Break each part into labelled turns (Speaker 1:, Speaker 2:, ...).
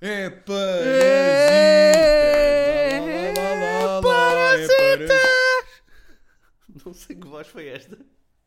Speaker 1: É parasita!
Speaker 2: É
Speaker 1: Lá, lá, lá, lá, lá,
Speaker 2: parasita!
Speaker 1: é parasita.
Speaker 3: Não sei que voz foi esta.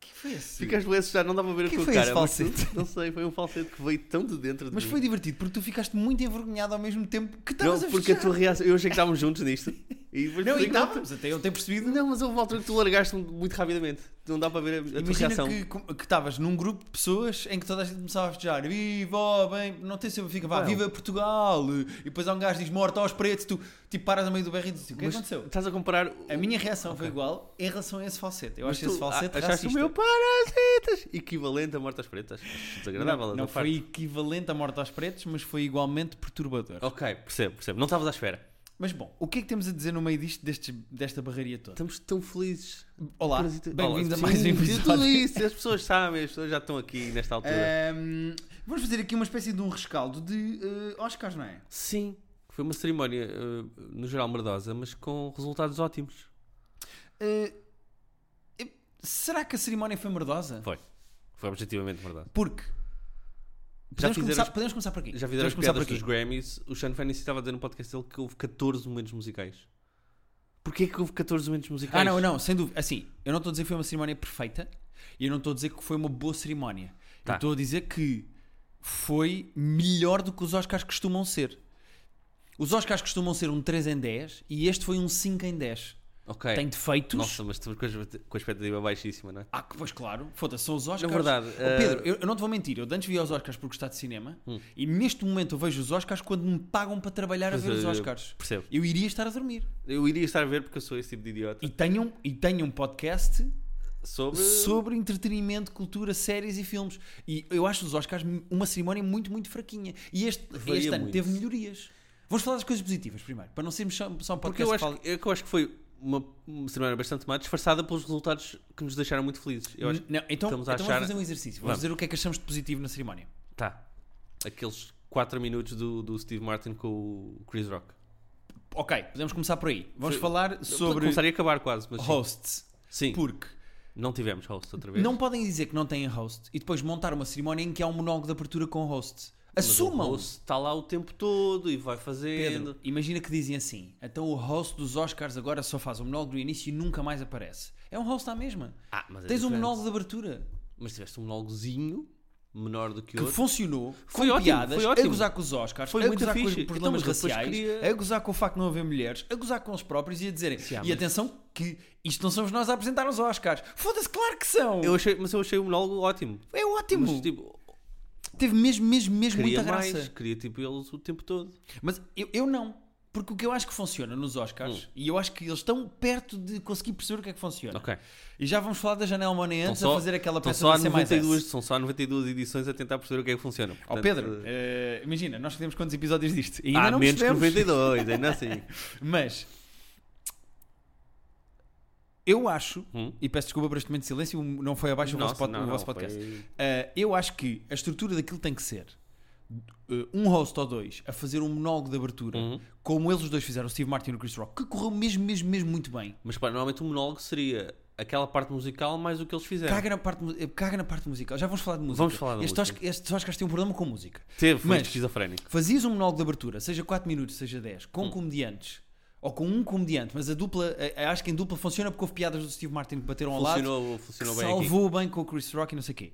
Speaker 2: que foi esse?
Speaker 3: Ficas bem assustado, não dá para ver
Speaker 2: Que
Speaker 3: a tua
Speaker 2: foi
Speaker 3: cara.
Speaker 2: esse
Speaker 3: mas
Speaker 2: falsete?
Speaker 3: tu- Não sei, foi um falsete que veio tão de dentro de
Speaker 2: Mas
Speaker 3: mim.
Speaker 2: foi divertido porque tu ficaste muito envergonhado ao mesmo tempo que estavas
Speaker 3: Não,
Speaker 2: a
Speaker 3: porque a
Speaker 2: festejar.
Speaker 3: tua reação. Eu achei que estávamos juntos nisto. E depois
Speaker 2: Não,
Speaker 3: tu-
Speaker 2: e estávamos, até eu ter percebido.
Speaker 3: Não, mas houve uma altura que tu largaste-me muito rapidamente. Não dá para ver a, a tua
Speaker 2: Imagina
Speaker 3: reação.
Speaker 2: que com- que estavas num grupo de pessoas em que toda a gente começava a festejar Viva, bem, não tem sempre, fica, vá,
Speaker 3: Não.
Speaker 2: viva Portugal E depois há um gajo que diz morto aos pretos Tu tipo paras no meio do berro e dizes, o que
Speaker 3: Mas
Speaker 2: aconteceu?
Speaker 3: Estás a comparar.
Speaker 2: A minha reação foi igual em relação a esse falsete Eu acho esse falsete
Speaker 3: Achaste
Speaker 2: racista
Speaker 3: o meu parasitas equivalente a mortas pretas. Desagradável.
Speaker 2: Não,
Speaker 3: da
Speaker 2: não
Speaker 3: tua
Speaker 2: foi equivalente à morte aos pretos Mas foi igualmente perturbador
Speaker 3: parte. Ok, percebo, percebo. Não estavas à espera.
Speaker 2: Mas bom, o que é que temos a dizer no meio disto, destes- desta barraria toda?
Speaker 3: Estamos tão felizes.
Speaker 2: Olá,
Speaker 3: Parasita-
Speaker 2: bem-vindo a
Speaker 3: Olá,
Speaker 2: mais um
Speaker 3: Então, sim, Tudo
Speaker 2: episódio É,
Speaker 3: isso, as pessoas sabem, as pessoas já estão aqui nesta altura.
Speaker 2: Ahm, Vamos fazer aqui uma espécie de um rescaldo de eh, Oscars, não é?
Speaker 3: Sim, foi uma cerimónia, eh, no geral, merdosa, mas com resultados ótimos.
Speaker 2: Eh, eh, será que a cerimónia foi merdosa?
Speaker 3: Foi. Foi objetivamente merdosa.
Speaker 2: Porque
Speaker 3: Já
Speaker 2: podemos,
Speaker 3: fizeram
Speaker 2: começar,
Speaker 3: os-
Speaker 2: podemos começar por aqui.
Speaker 3: Já fizeram
Speaker 2: podemos
Speaker 3: as
Speaker 2: começar por aqui.
Speaker 3: piadas dos Grammys. O Sean Fantasy estava a dizer no podcast dele que houve 14 momentos musicais. Porquê que houve 14 momentos musicais?
Speaker 2: Ah, não, não, sem dúvida. Assim, eu não estou a dizer que foi uma cerimónia perfeita e eu não estou a dizer que foi uma boa cerimónia.
Speaker 3: Tá.
Speaker 2: Eu estou a dizer que foi melhor do que os Oscars costumam ser. Os Oscars costumam ser um 3 em 10 e este foi um 5 em 10.
Speaker 3: Ok.
Speaker 2: Tem defeitos.
Speaker 3: É. Nossa, mas tu com a, com a expectativa baixíssima, não é?
Speaker 2: Ah, que pois claro. Foda-se, são os Oscars.
Speaker 3: Na verdade,
Speaker 2: Oh,
Speaker 3: eh, Hum.
Speaker 2: Pedro, eu, eu não te vou mentir. Eu de antes via os Oscars por gostar de cinema e neste momento eu vejo os Oscars quando me pagam para trabalhar
Speaker 3: Pois, é,
Speaker 2: a ver os
Speaker 3: eu- eu
Speaker 2: Oscars.
Speaker 3: percebo.
Speaker 2: Eu iria estar a dormir.
Speaker 3: Eu iria estar a ver porque eu sou esse tipo de idiota.
Speaker 2: E tenho, um- e tenho um podcast
Speaker 3: Sobre...
Speaker 2: sobre entretenimento, cultura, séries e filmes. E eu acho os Oscars uma cerimónia muito, muito fraquinha. E este,
Speaker 3: Varia
Speaker 2: este ano
Speaker 3: muito.
Speaker 2: teve melhorias. Vamos falar das coisas positivas primeiro, para não sermos só, só um podcast
Speaker 3: Porque eu
Speaker 2: que
Speaker 3: acho,
Speaker 2: fala-
Speaker 3: que, eu acho que foi uma, uma cerimónia bastante má, disfarçada pelos resultados que nos deixaram muito felizes. Eu acho que
Speaker 2: Não, então,
Speaker 3: estamos
Speaker 2: então
Speaker 3: a achar-
Speaker 2: vamos fazer um exercício. Vamos,
Speaker 3: Vamos.
Speaker 2: dizer o que é que achamos de positivo na cerimónia.
Speaker 3: Tá. Aqueles 4 minutos do, do Steve Martin com o Chris Rock.
Speaker 2: Ok, podemos começar por aí. Vamos
Speaker 3: Foi-
Speaker 2: falar sobre
Speaker 3: Começar e acabar quase, mas sim.
Speaker 2: hosts.
Speaker 3: sim.
Speaker 2: Porque
Speaker 3: Não tivemos host outra vez.
Speaker 2: não podem dizer que não têm host e depois montar uma cerimónia em que há um monólogo de abertura com host.
Speaker 3: Mas
Speaker 2: Assumam!
Speaker 3: O host está lá o tempo todo e vai fazendo.
Speaker 2: Pedro, imagina que dizem assim: então o host dos Oscars agora só faz o monólogo do início e nunca mais aparece. É um host à mesma.
Speaker 3: Ah, mas é
Speaker 2: Tens um
Speaker 3: diferente.
Speaker 2: monólogo de abertura
Speaker 3: Mas tiveste um monólogozinho menor do que,
Speaker 2: que
Speaker 3: outro.
Speaker 2: funcionou,
Speaker 3: Foi
Speaker 2: com
Speaker 3: ótimo,
Speaker 2: piadas,
Speaker 3: foi ótimo.
Speaker 2: a gozar com os Oscars,
Speaker 3: Foi
Speaker 2: a
Speaker 3: muito
Speaker 2: gozar com os
Speaker 3: fixe.
Speaker 2: problemas
Speaker 3: Então, mas depois
Speaker 2: raciais,
Speaker 3: queria-
Speaker 2: a gozar com o facto de não haver mulheres, a gozar com os próprios e a dizerem.
Speaker 3: Sim, há,
Speaker 2: e
Speaker 3: mas-
Speaker 2: atenção, que isto não somos nós a apresentar os Oscars. Foda-se, claro que são!
Speaker 3: Eu achei, mas eu achei o monólogo ótimo.
Speaker 2: É ótimo!
Speaker 3: Mas tipo,
Speaker 2: Teve mesmo, mesmo, mesmo
Speaker 3: queria
Speaker 2: muita
Speaker 3: mais,
Speaker 2: graça.
Speaker 3: queria tipo eles o tempo todo.
Speaker 2: Mas eu, eu não. Porque o que eu acho que funciona nos Oscars, e eu acho que eles estão perto de conseguir perceber o que é que funciona.
Speaker 3: Hum. Ok.
Speaker 2: E já vamos falar da Janelle Monáe antes a fazer aquela
Speaker 3: estão
Speaker 2: peça
Speaker 3: Então só
Speaker 2: da
Speaker 3: há
Speaker 2: C mais
Speaker 3: 92,
Speaker 2: S.
Speaker 3: São só há 92 edições a tentar perceber o que é que funciona.
Speaker 2: Ó
Speaker 3: Portanto,
Speaker 2: Pedro, eh,
Speaker 3: eh,
Speaker 2: imagina, nós fizemos quantos episódios disto? E ainda
Speaker 3: há
Speaker 2: não
Speaker 3: menos que
Speaker 2: percebemos.
Speaker 3: 92, ainda assim.
Speaker 2: Mas eu acho,
Speaker 3: Hum?
Speaker 2: e peço desculpa por este momento de silêncio, não foi abaixo o
Speaker 3: Nossa,
Speaker 2: vosso, pod-
Speaker 3: não,
Speaker 2: o vosso
Speaker 3: não,
Speaker 2: podcast.
Speaker 3: foi-
Speaker 2: Eh, eu acho que a estrutura daquilo tem que ser eh, um host ou dois a fazer um monólogo de abertura,
Speaker 3: Uhum.
Speaker 2: como eles os dois fizeram, o Steve Martin e o Chris Rock, que correu mesmo, mesmo, mesmo muito bem.
Speaker 3: Mas pá, normalmente o monólogo seria aquela parte musical mais o que eles fizeram.
Speaker 2: Caga na, parte, mu- eh, caga na parte musical. Já vamos falar de música.
Speaker 3: Vamos falar de
Speaker 2: Este
Speaker 3: música.
Speaker 2: Oscar- Estes Oscars têm um problema com música.
Speaker 3: Teve, foi
Speaker 2: Mas-
Speaker 3: esquizofrénico. Hum.
Speaker 2: Fazias um monólogo de abertura, seja 4 minutos, seja 10, com comediantes, ou com um comediante, mas a dupla, a- a- acho que em dupla funciona porque houve piadas do Steve Martin que bateram ao lado,
Speaker 3: Funcionou, funcionou
Speaker 2: que
Speaker 3: bem aqui.
Speaker 2: salvou bem com o Chris Rock e não sei o quê.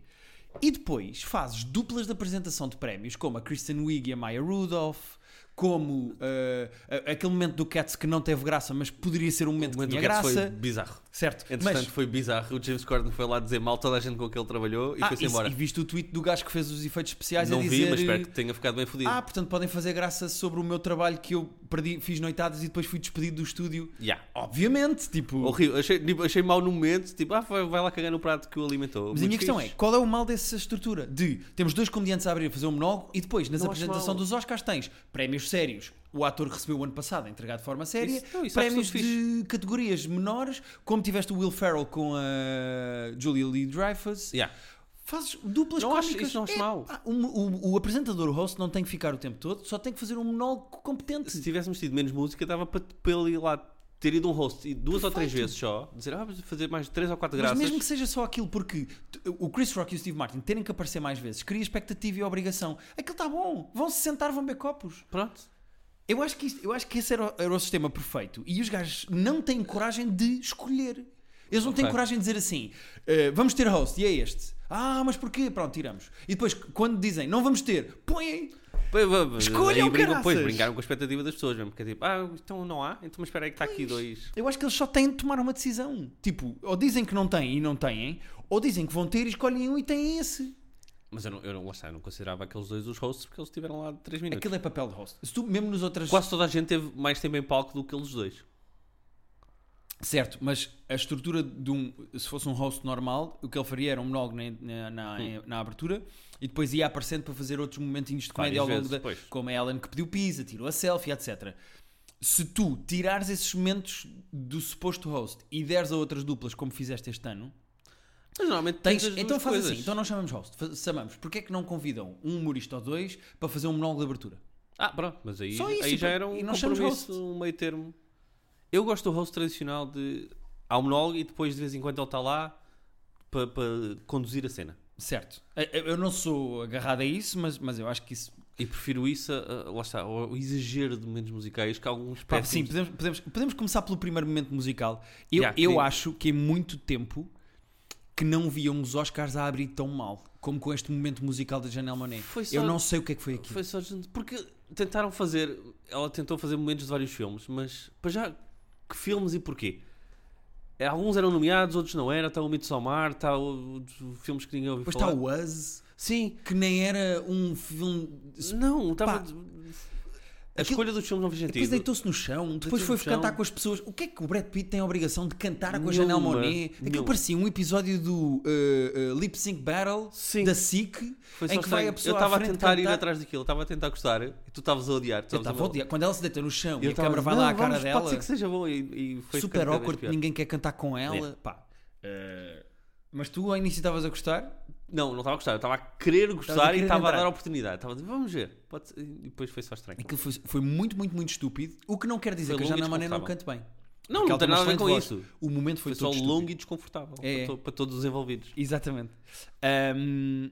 Speaker 2: E depois fazes duplas de apresentação de prémios, como a Kristen Wiig e a Maya Rudolph, como eh, a- aquele momento do Cats que não teve graça, mas poderia ser um momento,
Speaker 3: O momento
Speaker 2: que
Speaker 3: do
Speaker 2: tinha
Speaker 3: Cats foi
Speaker 2: graça.
Speaker 3: bizarro.
Speaker 2: Certo,
Speaker 3: Entretanto,
Speaker 2: mas...
Speaker 3: foi bizarro. O James Corden foi lá dizer mal toda a gente com que ele trabalhou e
Speaker 2: Ah,
Speaker 3: foi-se
Speaker 2: isso,
Speaker 3: embora.
Speaker 2: e viste o tweet do gajo que fez os efeitos especiais
Speaker 3: Não
Speaker 2: a
Speaker 3: vi,
Speaker 2: dizer...
Speaker 3: mas espero que tenha ficado bem fodido.
Speaker 2: Ah, portanto podem fazer graça sobre o meu trabalho que eu perdi, fiz noitadas e depois fui despedido do estúdio.
Speaker 3: Yeah.
Speaker 2: Obviamente, tipo.
Speaker 3: Horrível. Achei, tipo, achei mal no momento. Tipo, ah, vai, vai lá cagar no prato que o alimentou.
Speaker 2: Mas a minha questão é: qual é o mal dessa estrutura? De temos dois comediantes a abrir a fazer um monólogo e depois, nas
Speaker 3: Não acho
Speaker 2: apresentação
Speaker 3: mal.
Speaker 2: dos Oscars, tens prémios sérios. O ator que recebeu o ano passado, entregado de forma séria.
Speaker 3: Isso- não, isso acho
Speaker 2: prémios de
Speaker 3: tudo fixe.
Speaker 2: categorias menores, como tiveste o Will Ferrell com a Julia Lee Dreyfus.
Speaker 3: Yeah.
Speaker 2: Fazes duplas
Speaker 3: Não acho-
Speaker 2: cómicas.
Speaker 3: isso não acho
Speaker 2: É,
Speaker 3: mau.
Speaker 2: pá, o, o- o apresentador, o host, não tem que ficar o tempo todo, só tem que fazer um monólogo competente.
Speaker 3: Se tivéssemos tido menos música, dava para para ele ir lá ter ido um host e duas ou três
Speaker 2: Perfeito.
Speaker 3: vezes só, dizer, ah, vamos fazer mais três ou quatro
Speaker 2: Mas
Speaker 3: graças.
Speaker 2: mesmo que seja só aquilo, porque t- o Chris Rock e o Steve Martin terem que aparecer mais vezes cria expectativa e obrigação. Aquilo está bom, vão se sentar, vão beber copos.
Speaker 3: Pronto.
Speaker 2: Eu acho que, isto- eu acho que esse era o, era o sistema perfeito. E os gajos não têm coragem de escolher. Eles não têm
Speaker 3: Ok.
Speaker 2: coragem de dizer assim: eh, vamos ter host, e é este. Ah, mas porquê? Pronto, tiramos. E depois, quando dizem não vamos ter, põem.
Speaker 3: Pois, pois, pois,
Speaker 2: Escolham,
Speaker 3: aí brincam, pois,
Speaker 2: caraças.
Speaker 3: brincaram com a expectativa das pessoas mesmo, porque é tipo, ah, então não há? Então mas espera aí que está aqui dois.
Speaker 2: Eu acho que eles só têm de tomar uma decisão. Tipo, ou dizem que não têm e não têm, ou dizem que vão ter e escolhem um e têm esse.
Speaker 3: Mas eu não, eu não, lá está, eu não considerava aqueles dois os hosts porque eles estiveram lá três minutos.
Speaker 2: Aquilo é papel de host. Se tu, mesmo nos outras.
Speaker 3: Quase toda a gente teve mais tempo em palco do que eles dois.
Speaker 2: Certo, mas a estrutura de um. Se fosse um host normal, o que ele faria era um monólogo na, na, na- na abertura e depois ia aparecendo para fazer outros momentinhos de comédia
Speaker 3: Várias
Speaker 2: ao longo
Speaker 3: vezes,
Speaker 2: da.
Speaker 3: pois.
Speaker 2: Como a Ellen que pediu pizza, tirou a selfie, etc. Se tu tirares esses momentos do suposto host e deres a outras duplas, como fizeste este ano,
Speaker 3: Mas normalmente
Speaker 2: Tens-
Speaker 3: tens as
Speaker 2: então
Speaker 3: duas
Speaker 2: faz
Speaker 3: coisas.
Speaker 2: assim, então não chamamos host, fa- chamamos. Porquê é que não convidam um humorista ou dois para fazer um monólogo de abertura?
Speaker 3: Ah, pronto, mas aí,
Speaker 2: Só isso,
Speaker 3: aí já
Speaker 2: pá.
Speaker 3: era um
Speaker 2: E nós somos
Speaker 3: compromisso,
Speaker 2: host.
Speaker 3: um meio termo. Eu gosto do host tradicional de... Há um monólogo e depois de vez em quando ele está lá para conduzir a cena.
Speaker 2: Certo. Eu- Eu eu não sou agarrado a isso, mas, mas eu acho que isso.
Speaker 3: E prefiro isso, a, a- lá está, ao ao exagero de momentos musicais que alguns
Speaker 2: Pá,
Speaker 3: péssimos.
Speaker 2: sim, podemos, podemos, podemos começar pelo primeiro momento musical. Eu,
Speaker 3: Já,
Speaker 2: eu
Speaker 3: queria-
Speaker 2: acho que em muito tempo que não viam os Oscars a abrir tão mal como com este momento musical da Janelle Monet.
Speaker 3: Foi só-
Speaker 2: Eu não sei o que é que foi aquilo.
Speaker 3: Foi só gente- porque tentaram fazer, ela tentou fazer momentos de vários filmes, mas para já que filmes e porquê? Eh, Alguns eram nomeados, outros não eram. Está o Mitos ao Mar, está o, o- filmes que ninguém ouviu
Speaker 2: Depois
Speaker 3: falar.
Speaker 2: está tá o Us,
Speaker 3: Sim,
Speaker 2: que nem era um filme.
Speaker 3: não, estava.
Speaker 2: Pá.
Speaker 3: A
Speaker 2: Aquilo-
Speaker 3: escolha dos filmes não fez
Speaker 2: Depois
Speaker 3: sentido.
Speaker 2: deitou-se no chão, depois
Speaker 3: Deitou-se
Speaker 2: foi
Speaker 3: no chão.
Speaker 2: cantar com as pessoas. O que é que o Brad Pitt tem a obrigação de cantar com a
Speaker 3: Nenhuma,
Speaker 2: Janelle Monet? Aquilo
Speaker 3: nenhuma.
Speaker 2: parecia um episódio do eh, eh, Lip Sync Battle
Speaker 3: Sim.
Speaker 2: da SIC,
Speaker 3: Foi só
Speaker 2: em que vai
Speaker 3: estranho.
Speaker 2: a pessoa
Speaker 3: Eu estava
Speaker 2: à
Speaker 3: a
Speaker 2: frente
Speaker 3: tentar ir
Speaker 2: cantar.
Speaker 3: atrás daquilo, eu estava a tentar gostar e tu estavas a odiar. tu
Speaker 2: Eu
Speaker 3: estavas a-
Speaker 2: estava a odiar. Quando ela se deita no chão
Speaker 3: eu
Speaker 2: e a
Speaker 3: estava
Speaker 2: câmera vai
Speaker 3: dizer,
Speaker 2: lá à
Speaker 3: "Não,
Speaker 2: cara
Speaker 3: vamos, Pode ser
Speaker 2: dela,
Speaker 3: que seja bom. E, e foi
Speaker 2: super
Speaker 3: ficando cada vez
Speaker 2: awkward,
Speaker 3: pior. É.
Speaker 2: ninguém quer cantar com ela. Pá. Eh, mas tu ao início estavas a gostar?
Speaker 3: Não, não estava a gostar, eu estava a querer
Speaker 2: Estavas
Speaker 3: gostar
Speaker 2: a
Speaker 3: e
Speaker 2: querer
Speaker 3: estava a
Speaker 2: entrar.
Speaker 3: dar a oportunidade. Estava a dizer, vamos ver. Pode ser- E depois foi só estranho.
Speaker 2: Aquilo foi, foi muito, muito, muito estúpido. O que não quer dizer
Speaker 3: Foi
Speaker 2: que a
Speaker 3: longo e
Speaker 2: Janelle Monet não cante
Speaker 3: desconfortável.
Speaker 2: bem.
Speaker 3: Não,
Speaker 2: Porque
Speaker 3: não
Speaker 2: ela
Speaker 3: tem
Speaker 2: uma
Speaker 3: nada a ver
Speaker 2: excelente
Speaker 3: com
Speaker 2: voz.
Speaker 3: isso.
Speaker 2: O momento foi,
Speaker 3: Foi só
Speaker 2: todo estúpido.
Speaker 3: longo e desconfortável
Speaker 2: É.
Speaker 3: para, to- para todos os envolvidos.
Speaker 2: Exatamente. Ahm,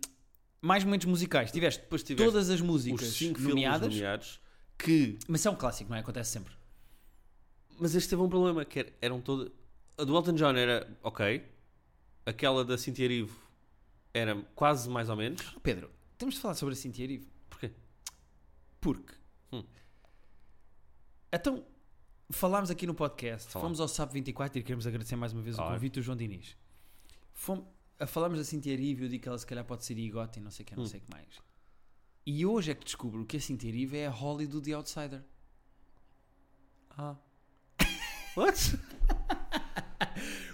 Speaker 2: mais momentos musicais. Tiveste,
Speaker 3: Depois tiveste
Speaker 2: todas as músicas
Speaker 3: Os cinco
Speaker 2: nomeadas,
Speaker 3: filmes nomeados que...
Speaker 2: mas isso é um clássico, não é? Acontece sempre.
Speaker 3: Mas este teve um problema, que era- eram todas... A do Elton John era ok. Aquela da Cynthia Erivo era quase mais ou menos.
Speaker 2: Oh, Pedro, temos de falar sobre a Cintia Erivo.
Speaker 3: Porquê?
Speaker 2: Porque.
Speaker 3: Hum.
Speaker 2: Então, falámos aqui no podcast,
Speaker 3: Falámos.
Speaker 2: fomos ao SAP 24 e queremos agradecer mais uma vez o
Speaker 3: Claro.
Speaker 2: convite do João Diniz. Fomos, a, falámos da Cintia Erivo, eu digo que ela se calhar pode ser Igote e não sei o que, não sei o que mais. E hoje é que descubro que a Cintia Erivo é a Holly do The Outsider.
Speaker 3: Ah. What?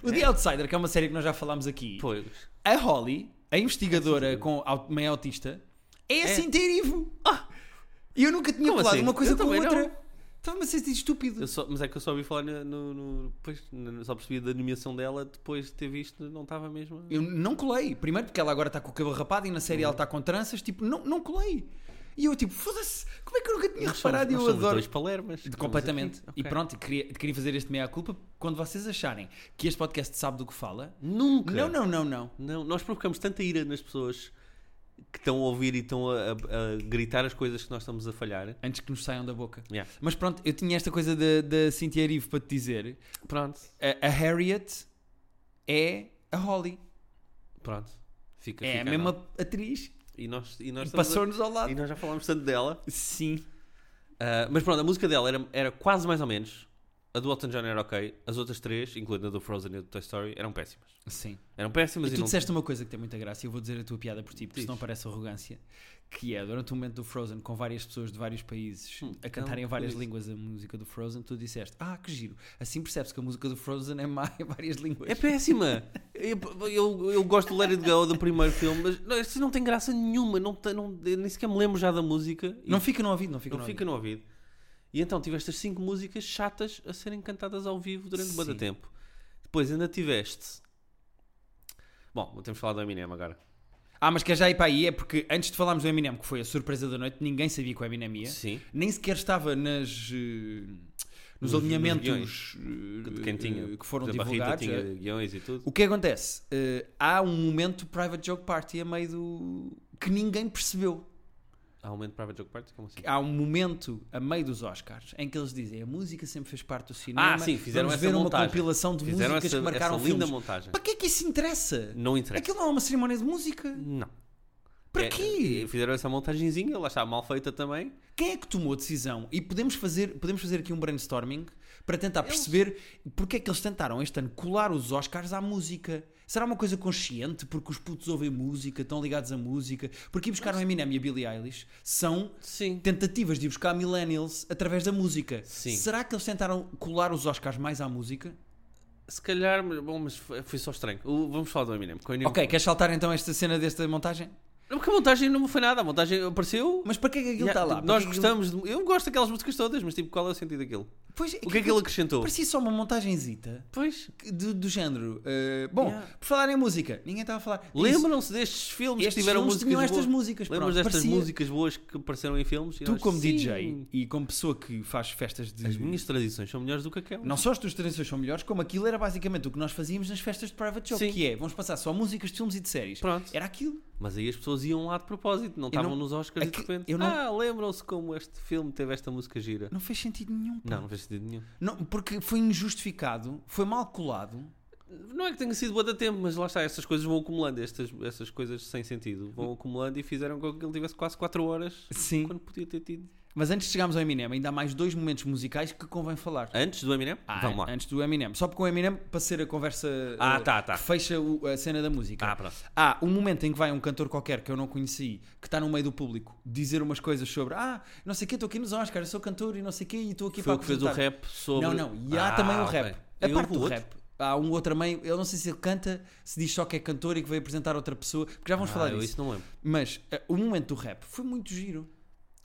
Speaker 2: O The Outsider, que é uma série que nós já falámos aqui.
Speaker 3: Pois.
Speaker 2: A Holly, a investigadora com au- meio autista, é assim é. ter Ivo. Ah! E eu nunca tinha
Speaker 3: Como
Speaker 2: falado
Speaker 3: assim?
Speaker 2: uma coisa
Speaker 3: Eu
Speaker 2: com a
Speaker 3: também não.
Speaker 2: outra. Estava-me a sentir estúpido.
Speaker 3: Eu só- mas é que eu só ouvi falar no... no, no- pois, no- só percebi da nomeação dela depois de ter visto, não estava mesmo...
Speaker 2: Eu não colei. Primeiro porque ela agora está com o cabelo rapado e na série ela está com tranças. Tipo, não, não colei. E eu tipo, foda-se, como é que eu nunca tinha
Speaker 3: Nós somos-
Speaker 2: reparado? E
Speaker 3: nós
Speaker 2: eu
Speaker 3: somos
Speaker 2: adoro.
Speaker 3: dois palermas.
Speaker 2: De-
Speaker 3: Estamos
Speaker 2: completamente.
Speaker 3: aqui.
Speaker 2: E
Speaker 3: Ok.
Speaker 2: pronto, queria, queria fazer este meia-culpa. Quando vocês acharem que este podcast sabe do que fala...
Speaker 3: Nunca.
Speaker 2: Não, não, não, não.
Speaker 3: Não, nós provocamos tanta ira nas pessoas que estão a ouvir e estão a, a- a gritar as coisas que nós estamos a falhar.
Speaker 2: Antes que nos saiam da boca.
Speaker 3: Yeah.
Speaker 2: Mas pronto, eu tinha esta coisa da da Cynthia Erivo para te dizer.
Speaker 3: Pronto.
Speaker 2: a, a Harriet é a Holly.
Speaker 3: Pronto. Fica,
Speaker 2: É
Speaker 3: fica
Speaker 2: a
Speaker 3: nada.
Speaker 2: mesma atriz.
Speaker 3: E nós, e nós
Speaker 2: E
Speaker 3: estamos a-
Speaker 2: Passou-nos ao
Speaker 3: e
Speaker 2: lado.
Speaker 3: nós já falámos tanto dela.
Speaker 2: Sim.
Speaker 3: Ah, mas pronto, a música dela era, era quase mais ou menos. A do Elton John era ok. As outras três, incluindo a do Frozen e a do Toy Story, eram péssimas.
Speaker 2: Sim.
Speaker 3: Eram péssimas
Speaker 2: E
Speaker 3: e,
Speaker 2: tu
Speaker 3: não...
Speaker 2: disseste uma coisa que tem muita graça e eu vou dizer a tua piada por ti, porque
Speaker 3: Diz.
Speaker 2: senão parece arrogância. Que é, durante o momento do Frozen, com várias pessoas de vários países
Speaker 3: Hum,
Speaker 2: a cantarem
Speaker 3: não,
Speaker 2: várias
Speaker 3: por isso.
Speaker 2: línguas a música do Frozen, tu disseste, ah, que giro. Assim percebes que a música do Frozen é má em várias línguas.
Speaker 3: É péssima. Eu, eu, eu gosto do Let It Go do primeiro filme, mas não, isso não tem graça nenhuma. Não, tem- não, eu nem sequer me lembro já da música. E
Speaker 2: Não fica no ouvido, não fica
Speaker 3: não
Speaker 2: no
Speaker 3: fica no ouvido. E então tiveste as cinco músicas chatas a serem cantadas ao vivo durante muito
Speaker 2: Sim.
Speaker 3: tempo. Depois ainda tiveste. Bom, temos falado do Eminem agora.
Speaker 2: ouvido. Ah, mas quer já ir para aí? É porque antes de falarmos do Eminem, que foi a surpresa da noite, ninguém sabia que o Eminem ia.
Speaker 3: Sim.
Speaker 2: nem sequer estava nas eh, nos
Speaker 3: Nos- nos
Speaker 2: alinhamentos eh,
Speaker 3: de quem tinha.
Speaker 2: que foram
Speaker 3: Por exemplo, a Rita
Speaker 2: divulgados.
Speaker 3: tinha
Speaker 2: eh,
Speaker 3: guiões e tudo.
Speaker 2: O que é que acontece? Eh, há um momento private joke party a meio do. que ninguém percebeu. Uh.
Speaker 3: Há um momento para a Joke Party? Como assim?
Speaker 2: Há um momento a meio dos Oscars em que eles dizem a música sempre fez parte do cinema.
Speaker 3: Ah, sim, fizeram
Speaker 2: vamos
Speaker 3: essa
Speaker 2: ver uma
Speaker 3: montagem.
Speaker 2: compilação de
Speaker 3: Fizeram
Speaker 2: músicas
Speaker 3: essa,
Speaker 2: que marcaram
Speaker 3: essa linda
Speaker 2: filmes.
Speaker 3: montagem.
Speaker 2: Para que é que isso interessa?
Speaker 3: Não interessa.
Speaker 2: Aquilo não é uma cerimónia de música.
Speaker 3: Não.
Speaker 2: Para
Speaker 3: É,
Speaker 2: quê?
Speaker 3: e Fizeram essa montagenzinha, lá está, mal feita também.
Speaker 2: Quem é que tomou a decisão? E podemos fazer, podemos fazer aqui um brainstorming para tentar perceber porque é que eles tentaram este ano colar os Oscars à música. Será uma coisa consciente? Porque os putos ouvem música, estão ligados à música. Porque ir buscar o Eminem e a Billie Eilish são
Speaker 3: Sim.
Speaker 2: tentativas de ir buscar millennials através da música.
Speaker 3: Sim.
Speaker 2: Será que eles tentaram colar os Oscars mais à música?
Speaker 3: Se calhar, mas- bom, mas foi foi só estranho. O- vamos falar do Eminem. porque o Eminem-
Speaker 2: Ok, queres saltar então esta cena desta montagem?
Speaker 3: Não, Porque a montagem não foi nada, a montagem apareceu.
Speaker 2: Mas para que é que aquilo
Speaker 3: Yeah,
Speaker 2: está lá?
Speaker 3: tipo,
Speaker 2: Para
Speaker 3: Nós
Speaker 2: que é que aquilo-
Speaker 3: gostamos. de- Eu gosto daquelas músicas todas, mas tipo, qual é o sentido daquilo?
Speaker 2: Pois,
Speaker 3: O que é que ele acrescentou?
Speaker 2: Parecia É só uma montagenzita.
Speaker 3: Pois.
Speaker 2: que- Do, do género. eh, bom,
Speaker 3: Yeah.
Speaker 2: por falar em música, ninguém estava a falar. disso.
Speaker 3: Lembram-se destes filmes
Speaker 2: Estes
Speaker 3: que tiveram
Speaker 2: filmes
Speaker 3: músicas
Speaker 2: tinham
Speaker 3: boas?
Speaker 2: estas músicas.
Speaker 3: Lembram-se
Speaker 2: pronto.
Speaker 3: destas
Speaker 2: Parecia-
Speaker 3: músicas boas que apareceram em filmes? E
Speaker 2: Tu,
Speaker 3: nós,
Speaker 2: como
Speaker 3: sim,
Speaker 2: DJ e como pessoa que faz festas de.
Speaker 3: As minhas tradições são melhores do que aquelas.
Speaker 2: Não só as tuas tradições são melhores, como aquilo era basicamente o que nós fazíamos nas festas de private show,
Speaker 3: Sim.
Speaker 2: que é, vamos passar só músicas de filmes e de séries.
Speaker 3: Pronto.
Speaker 2: Era aquilo.
Speaker 3: Mas aí as pessoas iam lá de propósito, não estavam
Speaker 2: não-
Speaker 3: nos Oscars e
Speaker 2: aqui-
Speaker 3: de repente.
Speaker 2: eu não-
Speaker 3: Ah, lembram-se como este filme teve esta música gira.
Speaker 2: Não fez sentido nenhum. pá.
Speaker 3: Não, não fez sentido nenhum.
Speaker 2: Não, porque foi injustificado, foi mal colado.
Speaker 3: Não é que tenha sido boa da tempo, mas lá está, essas coisas vão acumulando, estas, essas coisas sem sentido vão acumulando e fizeram com que ele tivesse quase 4 horas
Speaker 2: Hum. Sim.
Speaker 3: quando podia ter tido.
Speaker 2: Mas antes de chegarmos ao Eminem, ainda há mais dois momentos musicais que convém falar.
Speaker 3: Antes do Eminem?
Speaker 2: Ah,
Speaker 3: Vamos lá.
Speaker 2: Antes do Eminem. Só porque o Eminem, para ser a conversa
Speaker 3: Ah,
Speaker 2: eh,
Speaker 3: tá, tá.
Speaker 2: que fecha o- a cena da música.
Speaker 3: Ah, pronto.
Speaker 2: Há um momento em que vai um cantor qualquer que eu não conheci, que está no meio do público, dizer umas coisas sobre ah, não sei o quê, estou aqui nos Oscars, eu sou cantor e não sei o quê, e estou aqui para
Speaker 3: Foi o que fez o
Speaker 2: apresentar."
Speaker 3: rap sobre.
Speaker 2: tá- Não, não, e há
Speaker 3: Ah,
Speaker 2: também o
Speaker 3: ok.
Speaker 2: rap.
Speaker 3: E
Speaker 2: A parte
Speaker 3: houve
Speaker 2: do
Speaker 3: outro?
Speaker 2: rap. Há um outro meio, eu não sei se ele canta, se diz só que é cantor e que veio apresentar outra pessoa, porque já vamos
Speaker 3: Ah,
Speaker 2: falar
Speaker 3: eu
Speaker 2: disso.
Speaker 3: isso não lembro.
Speaker 2: Mas eh, o momento do rap foi muito giro.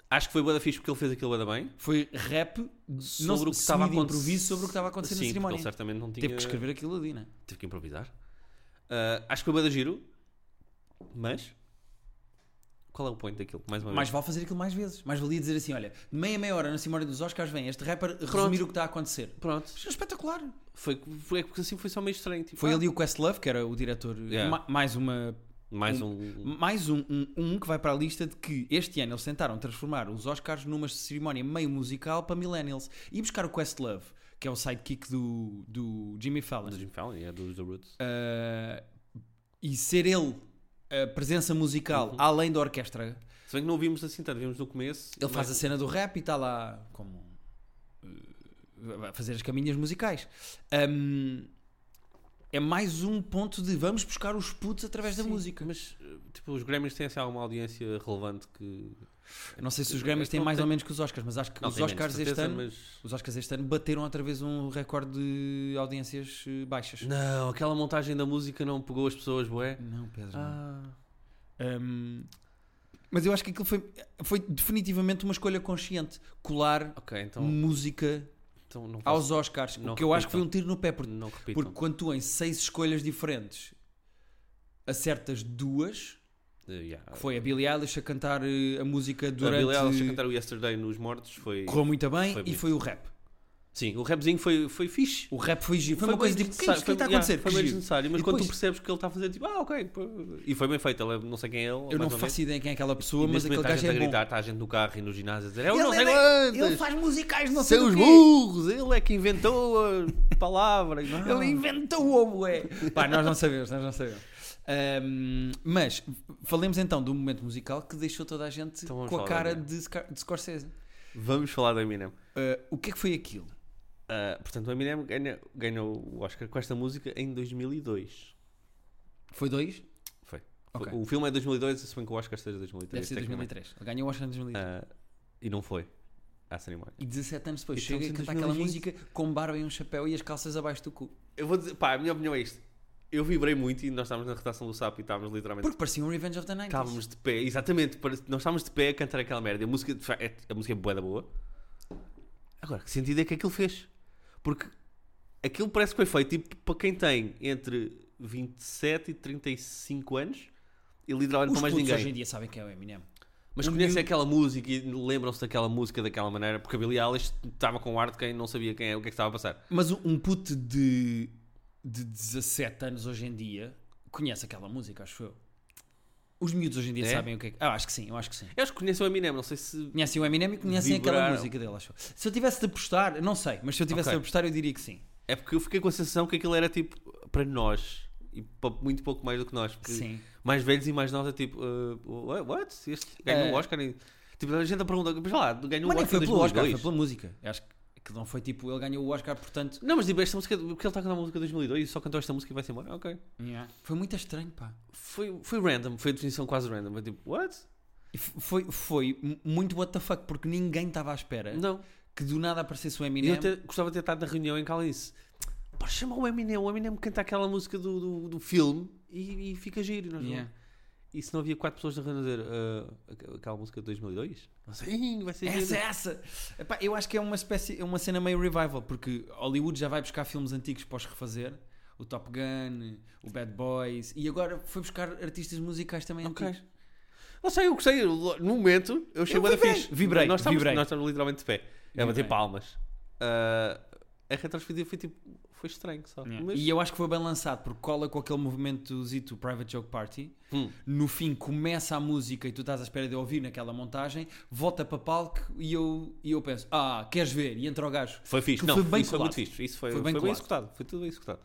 Speaker 3: Acho que foi boa da fixe porque ele fez aquilo bué da bem.
Speaker 2: Foi rap
Speaker 3: Sobre
Speaker 2: não-
Speaker 3: o que
Speaker 2: semi
Speaker 3: estava a
Speaker 2: de
Speaker 3: acontecer.
Speaker 2: improviso sobre o que estava a acontecer
Speaker 3: Sim,
Speaker 2: na
Speaker 3: porque
Speaker 2: cerimónia.
Speaker 3: Ele certamente não tinha.
Speaker 2: Teve que escrever aquilo ali, né?
Speaker 3: Teve que improvisar. Ah, acho que foi boa da giro. Mas. Qual é o point daquilo? Mais uma vez.
Speaker 2: Mais vale fazer aquilo mais vezes. Mais valia dizer assim: olha, de meia a meia hora na cerimónia dos Oscars vem este rapper resumir o que está a acontecer.
Speaker 3: Pronto.
Speaker 2: Isto é espetacular.
Speaker 3: Foi, foi, é porque assim foi só meio estranho. Tipo,
Speaker 2: Foi
Speaker 3: ah,
Speaker 2: ali o Questlove, que era o diretor, eh,
Speaker 3: Yeah.
Speaker 2: ma- mais uma.
Speaker 3: Mais um.
Speaker 2: Mais um, um, um que vai para a lista de que este ano eles tentaram transformar os Oscars numa cerimónia meio musical para Millennials e buscar o Questlove, que é o sidekick do, do Jimmy Fallon,
Speaker 3: Do Jim Fallon, é dos The Roots.
Speaker 2: ah, e ser ele a presença musical
Speaker 3: Uhum.
Speaker 2: além da orquestra.
Speaker 3: Se bem que não vimos assim tanto, vimos no começo.
Speaker 2: Ele faz a
Speaker 3: mas-
Speaker 2: cena do rap e está lá como uh, a fazer as caminhas musicais. Ahm, é mais um ponto de vamos buscar os putos através da
Speaker 3: Sim,
Speaker 2: música.
Speaker 3: Mas, tipo, os Grammys têm assim alguma audiência relevante que.
Speaker 2: Não sei se os Grammys têm
Speaker 3: Não
Speaker 2: mais
Speaker 3: tem-
Speaker 2: ou menos que os Oscars, mas acho que
Speaker 3: Não,
Speaker 2: os
Speaker 3: tem menos
Speaker 2: Oscars este
Speaker 3: certeza,
Speaker 2: ano,
Speaker 3: mas-
Speaker 2: os Oscars este ano bateram outra vez um recorde de audiências eh, baixas.
Speaker 3: Não, aquela montagem da música não pegou as pessoas, boé.
Speaker 2: Não, Pedro. não.
Speaker 3: Ah.
Speaker 2: Ahm, mas eu acho que aquilo foi, foi definitivamente uma escolha consciente colar
Speaker 3: Ok,
Speaker 2: Hum.
Speaker 3: então,
Speaker 2: música
Speaker 3: então não, faço,
Speaker 2: aos Oscars,
Speaker 3: não
Speaker 2: o que eu acho que foi
Speaker 3: repitam.
Speaker 2: um tiro no pé porque
Speaker 3: não repitam.
Speaker 2: Porque quando tu em seis escolhas diferentes acertas duas,
Speaker 3: Eh, yeah.
Speaker 2: que foi a Billie Eilish a cantar eh, a música durante...
Speaker 3: A Billie Eilish a cantar o Yesterday nos Mortos foi.
Speaker 2: Correu muito bem
Speaker 3: Foi
Speaker 2: e
Speaker 3: bonito.
Speaker 2: foi o rap.
Speaker 3: Sim, o rapzinho foi, foi fixe.
Speaker 2: O rap foi giro. Foi, uma
Speaker 3: bem
Speaker 2: coisa tipo, o que é
Speaker 3: necessário,
Speaker 2: isto que está a
Speaker 3: yeah,
Speaker 2: acontecer?
Speaker 3: Foi
Speaker 2: Que
Speaker 3: bem
Speaker 2: giro.
Speaker 3: desnecessário, mas
Speaker 2: E
Speaker 3: quando tu
Speaker 2: depois-
Speaker 3: percebes que ele está a fazer tipo, ah, ok. pô. E foi bem feito, ele é- não sei quem é ele.
Speaker 2: Eu não
Speaker 3: mais ou menos.
Speaker 2: faço ideia quem é aquela pessoa,
Speaker 3: E
Speaker 2: mas
Speaker 3: neste
Speaker 2: aquele
Speaker 3: momento está a
Speaker 2: gajo
Speaker 3: gente a
Speaker 2: é bom.
Speaker 3: gritar, está a gente no carro e no ginásio a dizer, eu
Speaker 2: Ele-
Speaker 3: não sei
Speaker 2: ele-
Speaker 3: quantas,
Speaker 2: Ele faz musicais, não sei
Speaker 3: seus
Speaker 2: do quê.
Speaker 3: burros, ele é que inventou a palavra. e não.
Speaker 2: Ele inventou o oboé. Pá, nós não sabemos, nós não sabemos. Ahm, mas falemos então do momento musical que deixou toda a gente
Speaker 3: Então vamos
Speaker 2: com a
Speaker 3: falar
Speaker 2: cara
Speaker 3: dele.
Speaker 2: de, Scar- de Scorsese.
Speaker 3: Vamos falar do Eminem.
Speaker 2: Ah, o que é que foi aquilo?
Speaker 3: Ah, portanto, o Eminem ganha- ganhou o Oscar com esta música em 2002.
Speaker 2: Foi dois?
Speaker 3: Foi. Foi-
Speaker 2: Ok.
Speaker 3: O filme é de 2002, se bem que o Oscar seja de 2003.
Speaker 2: Deve ser
Speaker 3: tecnicamente.
Speaker 2: 2003. Ele ganhou o Oscar em 2003.
Speaker 3: Ah, e não foi à cerimónia.
Speaker 2: E 17 anos depois
Speaker 3: E
Speaker 2: chega a
Speaker 3: estamos em
Speaker 2: cantar aquela
Speaker 3: 2020.
Speaker 2: música com barba e um chapéu e as calças abaixo do cu.
Speaker 3: Eu vou dizer, pá, a minha opinião é isto. Eu vibrei muito e nós estávamos na redação do Sapo e estávamos literalmente.
Speaker 2: Porque parecia um Revenge of the 90s.
Speaker 3: Estávamos de pé, exatamente, pare- nós estávamos de pé a cantar aquela merda. A música, de fa- é- a música é bué da boa. Agora, que sentido é que aquilo fez? Porque aquilo parece que foi feito tipo, para quem tem entre 27 e 35 anos e
Speaker 2: Os
Speaker 3: literalmente para mais
Speaker 2: putos
Speaker 3: ninguém.
Speaker 2: hoje em dia sabem quem é o Eminem.
Speaker 3: Mas
Speaker 2: Um
Speaker 3: conhecem
Speaker 2: miúdo-
Speaker 3: aquela música e lembram-se daquela música daquela maneira, porque a Billie Eilish estava com um ar de quem não sabia quem é, o que é que estava a passar.
Speaker 2: Mas um- um puto de, de 17 anos hoje em dia conhece aquela música, acho eu. Os miúdos hoje em dia
Speaker 3: É?
Speaker 2: sabem o que é que. Ah, acho que sim, eu acho que sim.
Speaker 3: Eu acho que conhecem o Eminem, não sei se...
Speaker 2: Conhecem o Eminem e conhecem aquela
Speaker 3: Vibraram.
Speaker 2: música dele, acho eu. Se eu tivesse de apostar, não sei, mas se eu tivesse
Speaker 3: Ok.
Speaker 2: de apostar, eu diria que sim.
Speaker 3: É porque eu fiquei com a sensação que aquilo era tipo para nós, e pa- muito pouco mais do que nós. porque
Speaker 2: Sim.
Speaker 3: Mais velhos e mais novos é tipo, uh, wha- what? Este ganhou
Speaker 2: É.
Speaker 3: o Oscar? E, tipo, a gente a pergunta, mas lá, ganhou
Speaker 2: Mas nem
Speaker 3: o Oscar
Speaker 2: foi
Speaker 3: em
Speaker 2: pelo Oscar,
Speaker 3: 2002.
Speaker 2: foi pela música. Eu acho que não foi tipo, ele ganhou o Oscar, portanto.
Speaker 3: Não, mas tipo, esta música, porque ele está a cantar a música de 2002 e só cantou esta música e vai-se embora? Ok.
Speaker 2: Foi muito estranho, pá.
Speaker 3: Foi, foi random, foi a definição quase random. Foi tipo, what?
Speaker 2: E f- Foi, foi m- muito what the fuck, porque ninguém estava à espera
Speaker 3: Não.
Speaker 2: que do nada aparecesse o
Speaker 3: E
Speaker 2: É. Eminem.
Speaker 3: eu até gostava de ter estado na reunião em que ela disse: Bora chamar o Eminem, o Eminem canta aquela música do, do, do filme e, e fica giro. e Nós
Speaker 2: Yeah.
Speaker 3: vamos." E se não havia quatro pessoas na reunião a dizer "Ah, aqu- aquela música de 2002? Não sei, "Ih, vai ser
Speaker 2: Essa,
Speaker 3: giro.
Speaker 2: essa! Epá, eu acho que é uma espécie, é uma cena meio revival, porque Hollywood já vai buscar filmes antigos para os refazer. O Top Gun, o Bad Boys, e agora foi buscar artistas musicais também
Speaker 3: Ok.
Speaker 2: antigos.
Speaker 3: Não sei, eu gostei. eu- No momento, eu achei
Speaker 2: Eu
Speaker 3: bué da
Speaker 2: vibrei,
Speaker 3: fixe.
Speaker 2: vibrei,
Speaker 3: nós estávamos,
Speaker 2: vibrei.
Speaker 3: Nós estávamos literalmente de pé. A
Speaker 2: Vibrei.
Speaker 3: bater palmas. Ah, a retrospectiva foi tipo. Foi estranho só.
Speaker 2: Yeah.
Speaker 3: Mas,
Speaker 2: E eu acho que foi bem lançado, porque cola com aquele movimento do Zito Private Joke Party.
Speaker 3: Hum.
Speaker 2: No fim começa a música e tu estás à espera de ouvir naquela montagem, volta para palco e eu, e eu penso, ah, queres ver? E entra o gajo.
Speaker 3: Foi fixe.
Speaker 2: Que
Speaker 3: Não,
Speaker 2: foi
Speaker 3: foi
Speaker 2: bem
Speaker 3: isso foi muito
Speaker 2: colado.
Speaker 3: fixe. Isso foi,
Speaker 2: Foi
Speaker 3: foi
Speaker 2: bem
Speaker 3: bem,
Speaker 2: colado.
Speaker 3: executado. Foi tudo bem executado.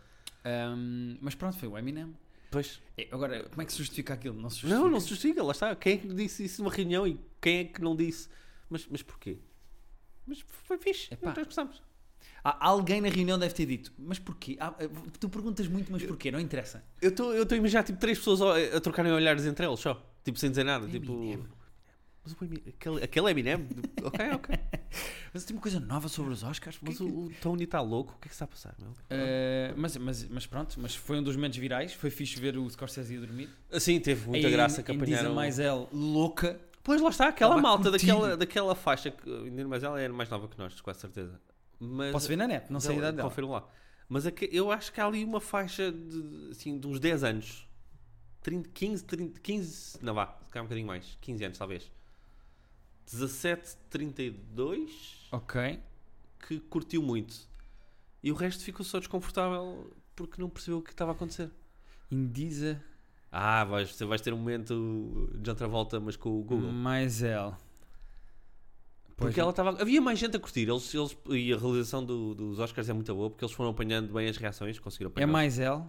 Speaker 2: Ahm, mas pronto, foi o Eminem.
Speaker 3: Pois.
Speaker 2: É, Agora, como é que se justifica aquilo? Não se justifica.
Speaker 3: Não, não se justifica, lá está. Quem é que disse isso numa reunião e quem é que não disse? Mas, mas porquê? Mas foi fixe, Então
Speaker 2: Epá.
Speaker 3: nós gostamos.
Speaker 2: Há- alguém na reunião deve ter dito, mas porquê? Ah, tu perguntas muito, mas porquê? Não interessa.
Speaker 3: Eu estou eu tô a imaginar tipo três pessoas a, a trocarem olhares entre eles só, tipo sem dizer nada.
Speaker 2: Eminem.
Speaker 3: Tipo, mas o Eminem, aquele, aquele Eminem, Tipo, ok, ok.
Speaker 2: Mas tem uma coisa nova sobre os Oscars?
Speaker 3: Mas o, o Tony está louco, o que é que está a passar? Meu?
Speaker 2: Eh, mas, mas, mas pronto, mas foi um dos momentos virais. Foi fixe ver o Scorsese a dormir.
Speaker 3: Assim, teve muita
Speaker 2: Em-
Speaker 3: graça que
Speaker 2: em Diz a
Speaker 3: apanharam.
Speaker 2: mais L, louca.
Speaker 3: Pois lá está, aquela
Speaker 2: Estava a
Speaker 3: malta
Speaker 2: curtir.
Speaker 3: daquela, daquela faixa, que, ainda mais ela era mais nova que nós, com a certeza. Mas,
Speaker 2: Posso ver na net, não sei a idade dela.
Speaker 3: Confiro lá. Mas é que eu acho que há ali uma faixa de, assim, de uns 10 anos. 30, 15, 30, 15, não vá, se calhar um bocadinho mais. 15 anos, talvez. 17, 32,
Speaker 2: Ok.
Speaker 3: que curtiu muito. E o resto ficou só desconfortável porque não percebeu o que estava a acontecer.
Speaker 2: Indiza
Speaker 3: Ah, vais, você vais ter um momento de outra volta, mas com o Google.
Speaker 2: mais L. Hum, Pois é.
Speaker 3: Porque ela estava. Havia mais gente a curtir. Eles, eles, e a realização do- dos Oscars é muito boa porque eles foram apanhando bem as reações, conseguiram
Speaker 2: é
Speaker 3: apanhar.
Speaker 2: mais L.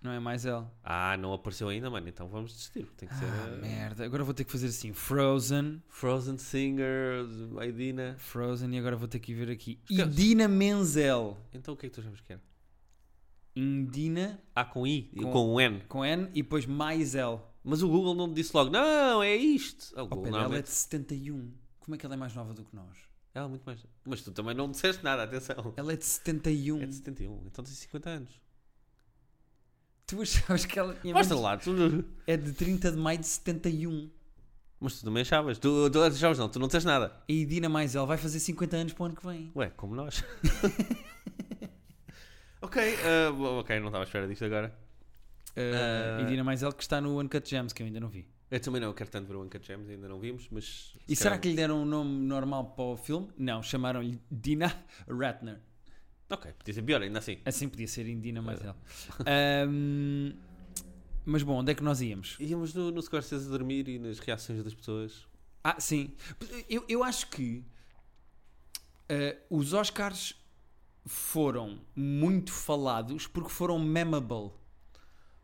Speaker 2: Não é mais L.
Speaker 3: Ah, não apareceu ainda, mano. Então vamos desistir. Tem que ser.
Speaker 2: Ah,
Speaker 3: eh,
Speaker 2: merda. Agora vou ter que fazer assim: Frozen.
Speaker 3: Frozen Singer, Aidina.
Speaker 2: Frozen. E agora vou ter que ver aqui.
Speaker 3: Esquece.
Speaker 2: Idina Menzel.
Speaker 3: Então o que é que tu achavas que era?
Speaker 2: Indina
Speaker 3: Ah, com I, e
Speaker 2: Com-
Speaker 3: com, um N.
Speaker 2: com N e depois mais L.
Speaker 3: Mas o Google não disse logo, não, é isto. Ah, o
Speaker 2: Oh,
Speaker 3: Google
Speaker 2: Pedro, ela é
Speaker 3: normalmente-
Speaker 2: de 71. Como é que ela é mais nova do que nós?
Speaker 3: ela é muito mais. Mas tu também não disseste nada, atenção.
Speaker 2: Ela é de 71.
Speaker 3: É de 71, então tem 50 anos.
Speaker 2: Tu achavas que ela tinha
Speaker 3: Mostra
Speaker 2: menos?
Speaker 3: lá, tu.
Speaker 2: É de 30 de maio de 71.
Speaker 3: Mas tu também achavas. Tu, tu achavas não, tu não disseste nada.
Speaker 2: A Idina mais L vai fazer 50 anos para o ano que vem.
Speaker 3: Ué, como nós. ok, ah, bo- ok, não estava à espera disto agora.
Speaker 2: Uh,
Speaker 3: Ah.
Speaker 2: Idina mais L que está no Uncut Gems, que eu ainda não vi.
Speaker 3: Eu também não quero tanto ver o Uncut Gems, ainda não vimos, mas. se
Speaker 2: E será
Speaker 3: calhar-
Speaker 2: que lhe deram um nome normal para o filme? Não, chamaram-lhe Dina Ratner.
Speaker 3: Ok, podia ser pior, ainda assim.
Speaker 2: Assim podia ser Indina mais L.
Speaker 3: É.
Speaker 2: Ahm, mas bom, onde é que nós íamos?
Speaker 3: Íamos no, no Scorsese a dormir e nas reações das pessoas.
Speaker 2: Ah, sim. Eu, eu acho que eh, os Oscars foram muito falados porque foram memable.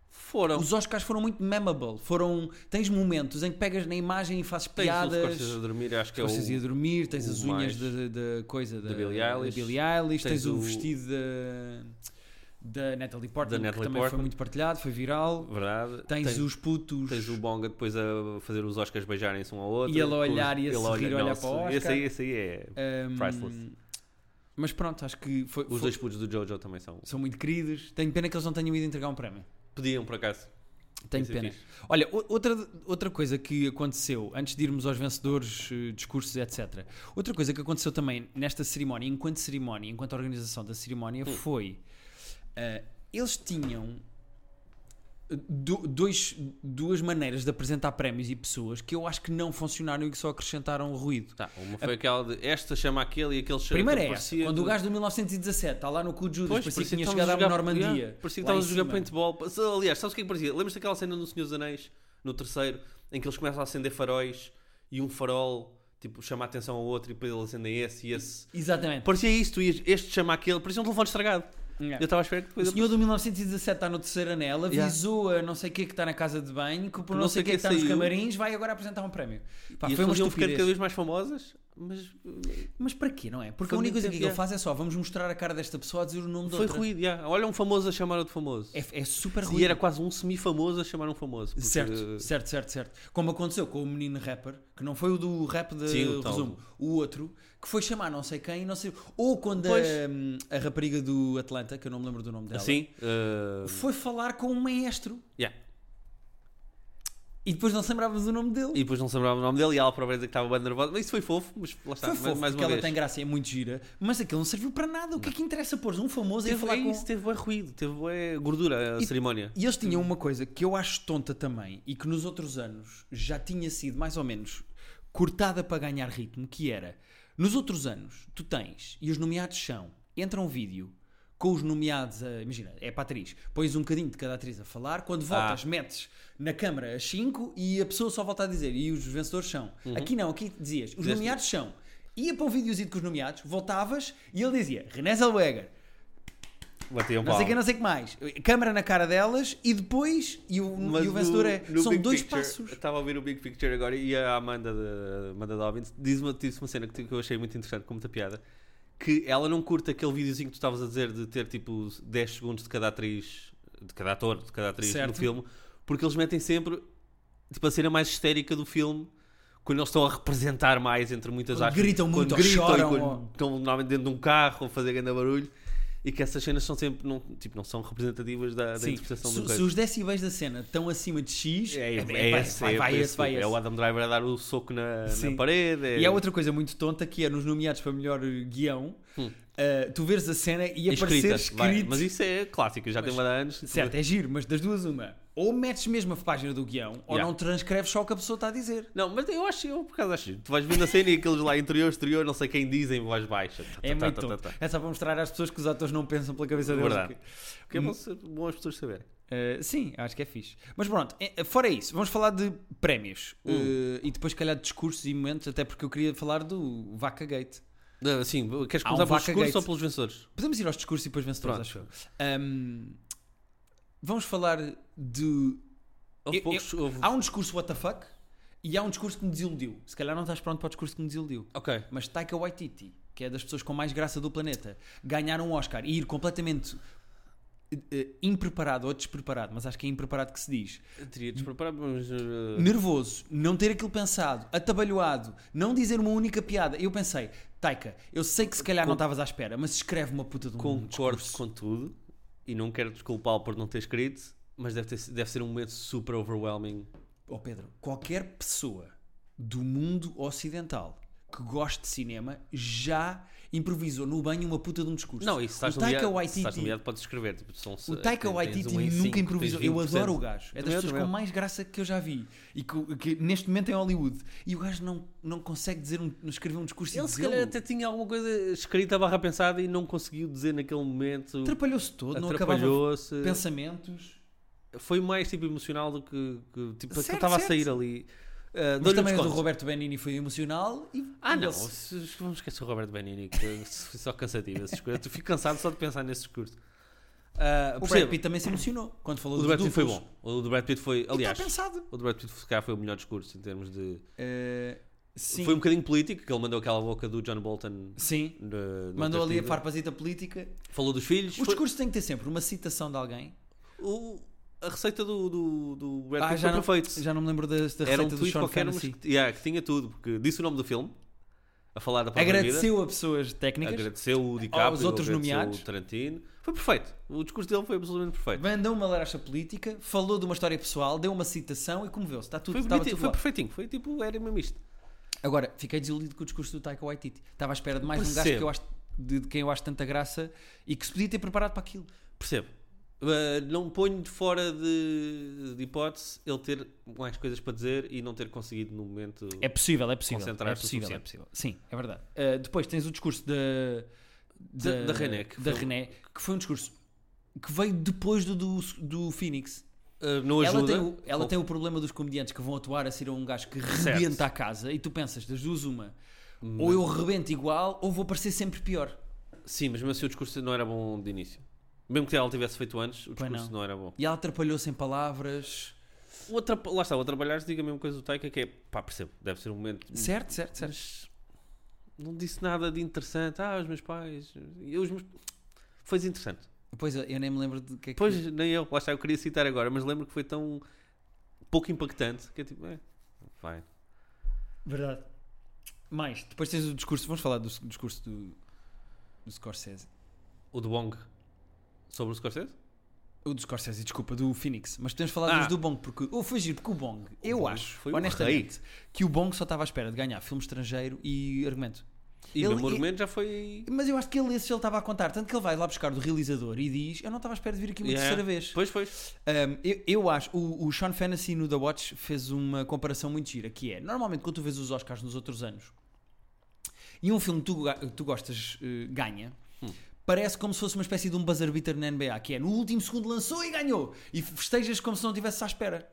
Speaker 3: Foram.
Speaker 2: Os Oscars foram muito memable. Foram, tens momentos em que pegas na imagem e fazes
Speaker 3: Tens o
Speaker 2: piadas.
Speaker 3: Scorsese a dormir, acho que é o...
Speaker 2: Vocês iam assim dormir, tens
Speaker 3: o
Speaker 2: as unhas
Speaker 3: mais-
Speaker 2: da- da da coisa da,
Speaker 3: Billie Eilish.
Speaker 2: da Billie Eilish, tens,
Speaker 3: Tens
Speaker 2: o
Speaker 3: o-
Speaker 2: vestido da, da Natalie Portman,
Speaker 3: Da
Speaker 2: que
Speaker 3: Natalie
Speaker 2: também foi
Speaker 3: Portman.
Speaker 2: muito partilhado, foi viral.
Speaker 3: Verdade.
Speaker 2: Tens, os putos.
Speaker 3: tens o Bonga depois a fazer os Oscars beijarem-se um ao outro.
Speaker 2: E ele a
Speaker 3: Com os-
Speaker 2: olhar e a
Speaker 3: ele
Speaker 2: sorrir, olhar
Speaker 3: Nossa,
Speaker 2: para o Oscar.
Speaker 3: Esse aí, esse aí é...
Speaker 2: ahm,
Speaker 3: priceless.
Speaker 2: um, Mas pronto, acho que foi,
Speaker 3: Os
Speaker 2: foi-
Speaker 3: dois putos do Jojo também são...
Speaker 2: são muito queridos. Tenho pena que eles não tenham ido entregar um prémio.
Speaker 3: Pediam, por acaso.
Speaker 2: Tenho
Speaker 3: Isso é
Speaker 2: pena.
Speaker 3: fixe.
Speaker 2: Olha, o- outra, outra coisa que aconteceu, antes de irmos aos vencedores, eh, discursos, etc. Outra coisa que aconteceu também nesta cerimónia, enquanto cerimónia, enquanto
Speaker 3: Hum.
Speaker 2: eh, organização da cerimónia, foi. ah, eles tinham do- dois, duas maneiras de apresentar prémios e pessoas que eu acho que não funcionaram e que só acrescentaram ruído.
Speaker 3: Tá, uma foi aquela de esta chama aquele e aquele chama.
Speaker 2: Primeiro é
Speaker 3: aquele
Speaker 2: essa,
Speaker 3: então parecia-
Speaker 2: quando o gajo do 1917 está lá no cu de Judas,
Speaker 3: Pois, é
Speaker 2: parecia que tinha
Speaker 3: estávamos
Speaker 2: chegado à
Speaker 3: a jogar-
Speaker 2: Normandia.
Speaker 3: Yeah, parecia que
Speaker 2: lá em
Speaker 3: estávamos a jogar
Speaker 2: cima.
Speaker 3: paintball. Pa- Aliás, sabes o que é que parecia? Lembras daquela cena no Senhor dos Anéis, no terceiro, em que eles começam a acender faróis e um farol tipo, chama a atenção ao outro e depois ele acende esse e esse.
Speaker 2: Exatamente.
Speaker 3: Parecia isso, tu ias, este chama aquele, parecia um telefone estragado.
Speaker 2: Yeah.
Speaker 3: Eu estava a esperar que
Speaker 2: O
Speaker 3: depois.
Speaker 2: senhor do 1917 está tá no terceiro anel, avisou a não sei o que que está na casa de banho, que por não, sei o que que está nos
Speaker 3: saiu.
Speaker 2: camarins, vai agora apresentar um prémio. Pá,
Speaker 3: e as
Speaker 2: foi uma
Speaker 3: pessoas iam ficando
Speaker 2: estupidez.
Speaker 3: cada vez mais famosas, mas uh,
Speaker 2: Mas para quê, não é? Porque
Speaker 3: Foi
Speaker 2: a única
Speaker 3: muito
Speaker 2: coisa que
Speaker 3: tempo,
Speaker 2: ele
Speaker 3: é.
Speaker 2: faz é só, vamos mostrar a cara desta pessoa a dizer o nome de
Speaker 3: foi
Speaker 2: outra.
Speaker 3: ruído. yeah. Olha um famoso a chamar outro famoso.
Speaker 2: É, é super ruim.
Speaker 3: e era quase um semi-famoso a chamar um famoso. porque,
Speaker 2: Certo,
Speaker 3: uh,
Speaker 2: certo, certo, certo. Como aconteceu com o menino rapper, que não foi o do rap de
Speaker 3: Sim, o tal.
Speaker 2: resumo, o outro, que foi chamar não sei quem, não sei. Ou quando a,
Speaker 3: Pois.
Speaker 2: hum, a rapariga do Atlanta, que eu não me lembro do nome dela,
Speaker 3: Assim, uh,
Speaker 2: foi falar com um maestro
Speaker 3: yeah.
Speaker 2: e depois não se lembrava do nome dele.
Speaker 3: E depois não se lembrava o nome dele e ela própria dizer que estava bem nervosa. Mas isso foi fofo, mas lá
Speaker 2: Foi
Speaker 3: está, mais-
Speaker 2: fofo,
Speaker 3: mais
Speaker 2: porque
Speaker 3: uma
Speaker 2: ela
Speaker 3: vez.
Speaker 2: tem graça e é muito gira, mas aquilo não serviu para nada. O que é que interessa pôr um famoso e
Speaker 3: Teve,
Speaker 2: falar
Speaker 3: é
Speaker 2: com...
Speaker 3: isso, teve bué ruído, teve bué gordura a
Speaker 2: E-
Speaker 3: cerimónia.
Speaker 2: E eles tinham uma coisa que eu acho tonta também e que nos outros anos já tinha sido mais ou menos cortada para ganhar ritmo, que era nos outros anos tu tens e os nomeados são entra um vídeo com os nomeados, a, imagina, é para atriz, pões um bocadinho de cada atriz a falar, quando
Speaker 3: Ah.
Speaker 2: voltas metes na câmara as 5 e a pessoa só volta a dizer e os vencedores são. Aqui não, aqui dizias, os
Speaker 3: Uhum. Deste-
Speaker 2: nomeados são. Ia para um videozinho com os nomeados, voltavas e ele dizia René Zellweger,
Speaker 3: Batiam
Speaker 2: não sei
Speaker 3: palma.
Speaker 2: o que, não sei o que mais. Câmara na cara delas e depois. E o,
Speaker 3: Mas
Speaker 2: e o vencedor é.
Speaker 3: no
Speaker 2: São
Speaker 3: Big
Speaker 2: dois
Speaker 3: Picture, eu
Speaker 2: passos.
Speaker 3: Estava a ouvir o Big Picture agora e a Amanda, de, Amanda Dobbins diz uma, disse uma cena que, que eu achei muito interessante, com muita piada. Que ela não curta aquele videozinho que tu estavas a dizer de ter tipo 10 segundos de cada atriz, de cada ator, de cada atriz no
Speaker 2: Certo.
Speaker 3: filme, porque eles metem sempre tipo, a cena mais histérica do filme. Quando eles estão a representar mais entre muitas
Speaker 2: Quando
Speaker 3: aspas.
Speaker 2: gritam muito, ou
Speaker 3: quando gritam
Speaker 2: choram,
Speaker 3: e quando
Speaker 2: ou-
Speaker 3: estão normalmente dentro de um carro a fazer grande barulho e que essas cenas são sempre não, tipo, não são representativas da, da
Speaker 2: Sim.
Speaker 3: interpretação do
Speaker 2: Se, se os decibéis da cena estão acima de X, é,
Speaker 3: é, é
Speaker 2: vai,
Speaker 3: esse,
Speaker 2: vai,
Speaker 3: é,
Speaker 2: vai
Speaker 3: esse,
Speaker 2: esse, vai
Speaker 3: é
Speaker 2: esse.
Speaker 3: o Adam Driver a dar o soco na, na
Speaker 2: Sim.
Speaker 3: parede. é-
Speaker 2: E há outra coisa muito tonta que é nos nomeados para melhor eh, guião, eh, tu veres a cena e
Speaker 3: é
Speaker 2: aparecer
Speaker 3: Hum. vai.
Speaker 2: escrito.
Speaker 3: Mas isso é clássico, já tem uma tipo, de anos.
Speaker 2: Certo, é giro, mas das duas, uma. Ou metes mesmo a página do guião, ou
Speaker 3: Yeah.
Speaker 2: não transcreves só o que a pessoa está a dizer.
Speaker 3: Não, mas eu acho, eu por acaso acho. Tu vais vendo a cena e aqueles lá interior, exterior, não sei quem dizem, voz baixa. Tá,
Speaker 2: É
Speaker 3: tá,
Speaker 2: muito
Speaker 3: tá, tá,
Speaker 2: tonto.
Speaker 3: tá, tá.
Speaker 2: É só para mostrar às pessoas que os atores não pensam pela cabeça deles.
Speaker 3: Verdade.
Speaker 2: Que-
Speaker 3: Porque é bom, ser- bom as pessoas saberem.
Speaker 2: Uh, sim, acho que é fixe. Mas pronto, eh, fora isso, vamos falar de prémios
Speaker 3: Hum.
Speaker 2: Uh, e depois, se calhar, de discursos e momentos, até porque eu queria falar do Vaca Gate.
Speaker 3: Ah, Sim, queres
Speaker 2: Há um
Speaker 3: começar pelos
Speaker 2: vaca
Speaker 3: discursos
Speaker 2: gate.
Speaker 3: ou pelos vencedores?
Speaker 2: Podemos ir aos discursos e depois vencedores,
Speaker 3: Pronto.
Speaker 2: acho eu. Um, vamos falar de.
Speaker 3: Aos
Speaker 2: Eu-
Speaker 3: poucos, houve-
Speaker 2: Há um discurso what the fuck e há um discurso que me desiludiu. Se calhar não estás pronto para o discurso que me desiludiu.
Speaker 3: Ok.
Speaker 2: Mas Taika Waititi, que é das pessoas com mais graça do planeta, ganhar um Oscar e ir completamente eh, eh, impreparado ou despreparado, mas acho que é impreparado que se diz.
Speaker 3: Eu Teria despreparado, mas. ah,
Speaker 2: nervoso, não ter aquilo pensado, atabalhoado, não dizer uma única piada. Eu pensei, Taika, eu sei que se calhar não estavas à espera, mas escreve uma puta de um
Speaker 3: Concordo
Speaker 2: discurso.
Speaker 3: com tudo e não quero desculpá-lo por não ter escrito, mas deve, ter- deve ser um momento super overwhelming.
Speaker 2: Oh Pedro, qualquer pessoa do mundo ocidental que goste de cinema já improvisou no banho uma puta de um discurso.
Speaker 3: Não, isso estás
Speaker 2: o Taika
Speaker 3: nomeado, se estás
Speaker 2: Waititi,
Speaker 3: nomeado podes escrever. Tipo, são,
Speaker 2: o Taika
Speaker 3: tens- tens
Speaker 2: Waititi
Speaker 3: um em cinco,
Speaker 2: nunca
Speaker 3: tens
Speaker 2: improvisou. Eu
Speaker 3: 20%.
Speaker 2: adoro o gajo. É
Speaker 3: Também,
Speaker 2: das pessoas
Speaker 3: também.
Speaker 2: com mais graça que eu já vi e que, que neste momento é Hollywood. E o gajo não, não consegue dizer um, escrever um discurso e
Speaker 3: Ele se calhar
Speaker 2: dizê-lo.
Speaker 3: até tinha alguma coisa escrita barra pensada e não conseguiu dizer naquele momento.
Speaker 2: Atrapalhou-se todo, não acabava
Speaker 3: Atrapalhou-se.
Speaker 2: pensamentos.
Speaker 3: Foi mais tipo emocional do que, que tipo, que
Speaker 2: Certo,
Speaker 3: estava a
Speaker 2: certo.
Speaker 3: sair ali. Ah,
Speaker 2: Mas
Speaker 3: dou-lhe um
Speaker 2: também o do
Speaker 3: desconto.
Speaker 2: Roberto Benini foi emocional e.
Speaker 3: Ah, não,
Speaker 2: ele-
Speaker 3: se- vamos esquecer o Roberto Benini, que é só cansativo essas coisas. Eu Fico cansado só de pensar nesse discurso. Ah,
Speaker 2: O Brad
Speaker 3: percebo,
Speaker 2: Pitt também se emocionou quando falou
Speaker 3: o do
Speaker 2: dos
Speaker 3: Brad Pitt foi
Speaker 2: duplos.
Speaker 3: bom. O do Brad Pitt foi,
Speaker 2: E
Speaker 3: aliás,
Speaker 2: Está pensado.
Speaker 3: o do Brad Pitt se calhar foi o melhor discurso em termos de.
Speaker 2: Eh, sim.
Speaker 3: Foi um bocadinho político, que ele mandou aquela boca do John Bolton.
Speaker 2: Sim.
Speaker 3: de- de
Speaker 2: Mandou ali a
Speaker 3: testigo.
Speaker 2: farpazita política.
Speaker 3: Falou dos filhos.
Speaker 2: Os
Speaker 3: foi-
Speaker 2: discursos têm que ter sempre uma citação de alguém.
Speaker 3: o- a receita do, do, do Brad
Speaker 2: Ah,
Speaker 3: Pitt
Speaker 2: já
Speaker 3: foi
Speaker 2: não-
Speaker 3: perfeito.
Speaker 2: Já não me lembro da, da
Speaker 3: Era um
Speaker 2: receita do
Speaker 3: tweet
Speaker 2: Sean
Speaker 3: qualquer, mas
Speaker 2: Fantasy.
Speaker 3: que, yeah, que tinha tudo, porque disse o nome do filme, a falar da própria vida.
Speaker 2: Agradeceu a pessoas técnicas.
Speaker 3: Agradeceu o DiCaprio,
Speaker 2: Aos outros
Speaker 3: agradeceu
Speaker 2: nomeados.
Speaker 3: o Tarantino. Foi perfeito. O discurso dele foi absolutamente perfeito.
Speaker 2: Mandou uma laracha política, falou de uma história pessoal, deu uma citação e comoveu-se. Está tudo,
Speaker 3: Foi,
Speaker 2: estava
Speaker 3: bonitinho,
Speaker 2: tudo
Speaker 3: foi
Speaker 2: lá.
Speaker 3: perfeitinho. Foi tipo, era mesmo isto.
Speaker 2: Agora, fiquei desiludido com o discurso do Taika Waititi. Estava à espera de mais um gajo
Speaker 3: Percebo.
Speaker 2: que eu acho, de, de quem eu acho tanta graça e que se podia ter preparado para aquilo.
Speaker 3: Percebo. Uh, não ponho de fora de, de hipótese ele ter mais coisas para dizer e não ter conseguido no momento.
Speaker 2: É possível, é possível. É
Speaker 3: Concentrar-se o
Speaker 2: possível, é
Speaker 3: suficiente.
Speaker 2: possível. Sim, é verdade. Uh, depois tens o discurso da.
Speaker 3: Da- da René, que
Speaker 2: da
Speaker 3: foi-
Speaker 2: René, que foi um discurso que veio depois do, do, do Phoenix.
Speaker 3: Uh, não
Speaker 2: Ela,
Speaker 3: ajuda.
Speaker 2: tem o, ela
Speaker 3: Ou-
Speaker 2: tem o problema dos comediantes que vão atuar a ser um gajo que
Speaker 3: Certo. Hum.
Speaker 2: rebenta a casa e tu pensas, das duas, uma. Ou eu rebento igual ou vou parecer sempre pior.
Speaker 3: Sim, mas mesmo assim o discurso não era bom de início. Mesmo que ela tivesse feito antes, o
Speaker 2: Pois
Speaker 3: discurso não.
Speaker 2: não.
Speaker 3: era bom.
Speaker 2: E ela atrapalhou-se em palavras.
Speaker 3: O atrap- Lá está, o atrapalhar-se diga a mesma coisa do Taika, que é pá, percebo, deve ser um momento.
Speaker 2: Certo, certo, certo.
Speaker 3: Mas não disse nada de interessante. Ah, os meus pais. Eu, os meus... Foi interessante.
Speaker 2: Pois eu, eu nem me lembro de que é que.
Speaker 3: Pois, nem eu. Lá está, eu queria citar agora, mas lembro que foi tão pouco impactante que é tipo, é, vai.
Speaker 2: Verdade. Mais, depois tens o discurso, vamos falar do s- discurso do, do Scorsese.
Speaker 3: O de Wong sobre o Scorsese?
Speaker 2: O do Scorsese, desculpa, do Phoenix. Mas podemos falar
Speaker 3: Ah.
Speaker 2: dos do Bong, porque o foi giro, porque o Bong, eu
Speaker 3: Bong
Speaker 2: acho,
Speaker 3: foi o
Speaker 2: honestamente, que o Bong só estava à espera de ganhar filme estrangeiro e argumento.
Speaker 3: E
Speaker 2: Ele- é
Speaker 3: mesmo o
Speaker 2: e-
Speaker 3: argumento já foi.
Speaker 2: Mas eu acho que ele, esse ele estava a contar, tanto que ele vai lá buscar do realizador e diz: Eu não estava à espera de vir aqui uma
Speaker 3: Yeah.
Speaker 2: terceira vez.
Speaker 3: Pois, foi
Speaker 2: Um, eu, eu acho, o, o Sean Fantasy no The Watch fez uma comparação muito gira, que é, normalmente quando tu vês os Oscars nos outros anos, e um filme que tu, ga- tu gostas eh, ganha,
Speaker 3: Hum.
Speaker 2: parece como se fosse uma espécie de um buzzer beater na NBA, que é, no último segundo lançou e ganhou, e festejas como se não estivesse à espera.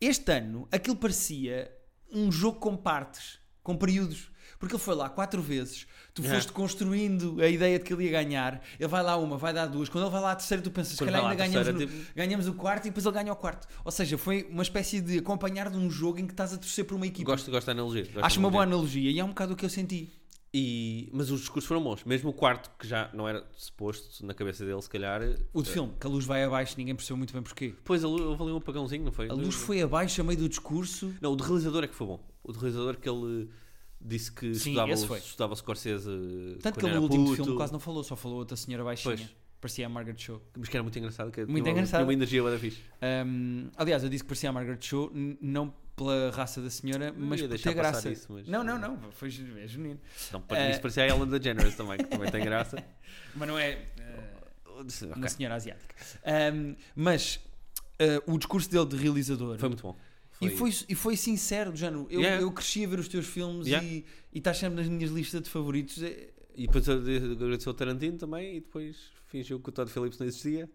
Speaker 2: Este ano, aquilo parecia um jogo com partes, com períodos. Porque ele foi lá quatro vezes, tu
Speaker 3: Yeah.
Speaker 2: foste construindo a ideia de que ele ia ganhar, ele vai lá uma, vai dar duas, quando ele vai lá a terceira, tu pensas, se
Speaker 3: Quando
Speaker 2: calhar
Speaker 3: vai
Speaker 2: ainda
Speaker 3: lá a
Speaker 2: ganhamos,
Speaker 3: terceira, tipo,
Speaker 2: no- ganhamos o quarto e depois ele ganha o quarto. Ou seja, foi uma espécie de acompanhar de um jogo em que estás a torcer por uma equipa.
Speaker 3: Gosto, gosto da analogia. gosto da
Speaker 2: Acho uma
Speaker 3: analogia.
Speaker 2: boa analogia e é um bocado o que eu senti.
Speaker 3: E, mas os discursos foram bons. Mesmo o quarto, que já não era suposto na cabeça dele, se calhar.
Speaker 2: O de
Speaker 3: É.
Speaker 2: filme, que a luz vai abaixo, ninguém percebeu muito bem porquê.
Speaker 3: Depois a luz, houve ali um apagãozinho, não foi?
Speaker 2: A luz foi abaixo a meio do discurso.
Speaker 3: Não, o do realizador é que foi bom. O do realizador que ele disse que
Speaker 2: Sim,
Speaker 3: estudava,
Speaker 2: esse foi.
Speaker 3: estudava Scorsese.
Speaker 2: Tanto que
Speaker 3: quando
Speaker 2: ele
Speaker 3: era
Speaker 2: no último
Speaker 3: puto,
Speaker 2: filme quase não falou, só falou outra senhora baixinha.
Speaker 3: Pois.
Speaker 2: Parecia a Margaret Show.
Speaker 3: Mas que era muito engraçado. Que é
Speaker 2: Muito
Speaker 3: tinha uma-
Speaker 2: engraçado.
Speaker 3: Tinha uma energia bada fixe.
Speaker 2: Hum, aliás, eu disse que parecia a Margaret Show, n- não pela raça da senhora, mas
Speaker 3: ia
Speaker 2: por
Speaker 3: deixar
Speaker 2: ter
Speaker 3: passar
Speaker 2: graça.
Speaker 3: isso, mas-
Speaker 2: Não, não, não, foi gen- é genuíno.
Speaker 3: Não, Então, para-
Speaker 2: Eh,
Speaker 3: Isso parecia a Ellen DeGeneres também, que também tem graça.
Speaker 2: Mas não é eh, uma
Speaker 3: Ok.
Speaker 2: senhora asiática. Hum, mas eh, o discurso dele de realizador
Speaker 3: Foi muito bom.
Speaker 2: E, foi, e foi sincero, do género. Eu,
Speaker 3: Yeah.
Speaker 2: eu cresci a ver os teus filmes
Speaker 3: Yeah.
Speaker 2: e e estás sempre nas minhas listas de favoritos. É-
Speaker 3: E depois agradeceu ao Tarantino também. E depois fingiu que o Todd Phillips não existia.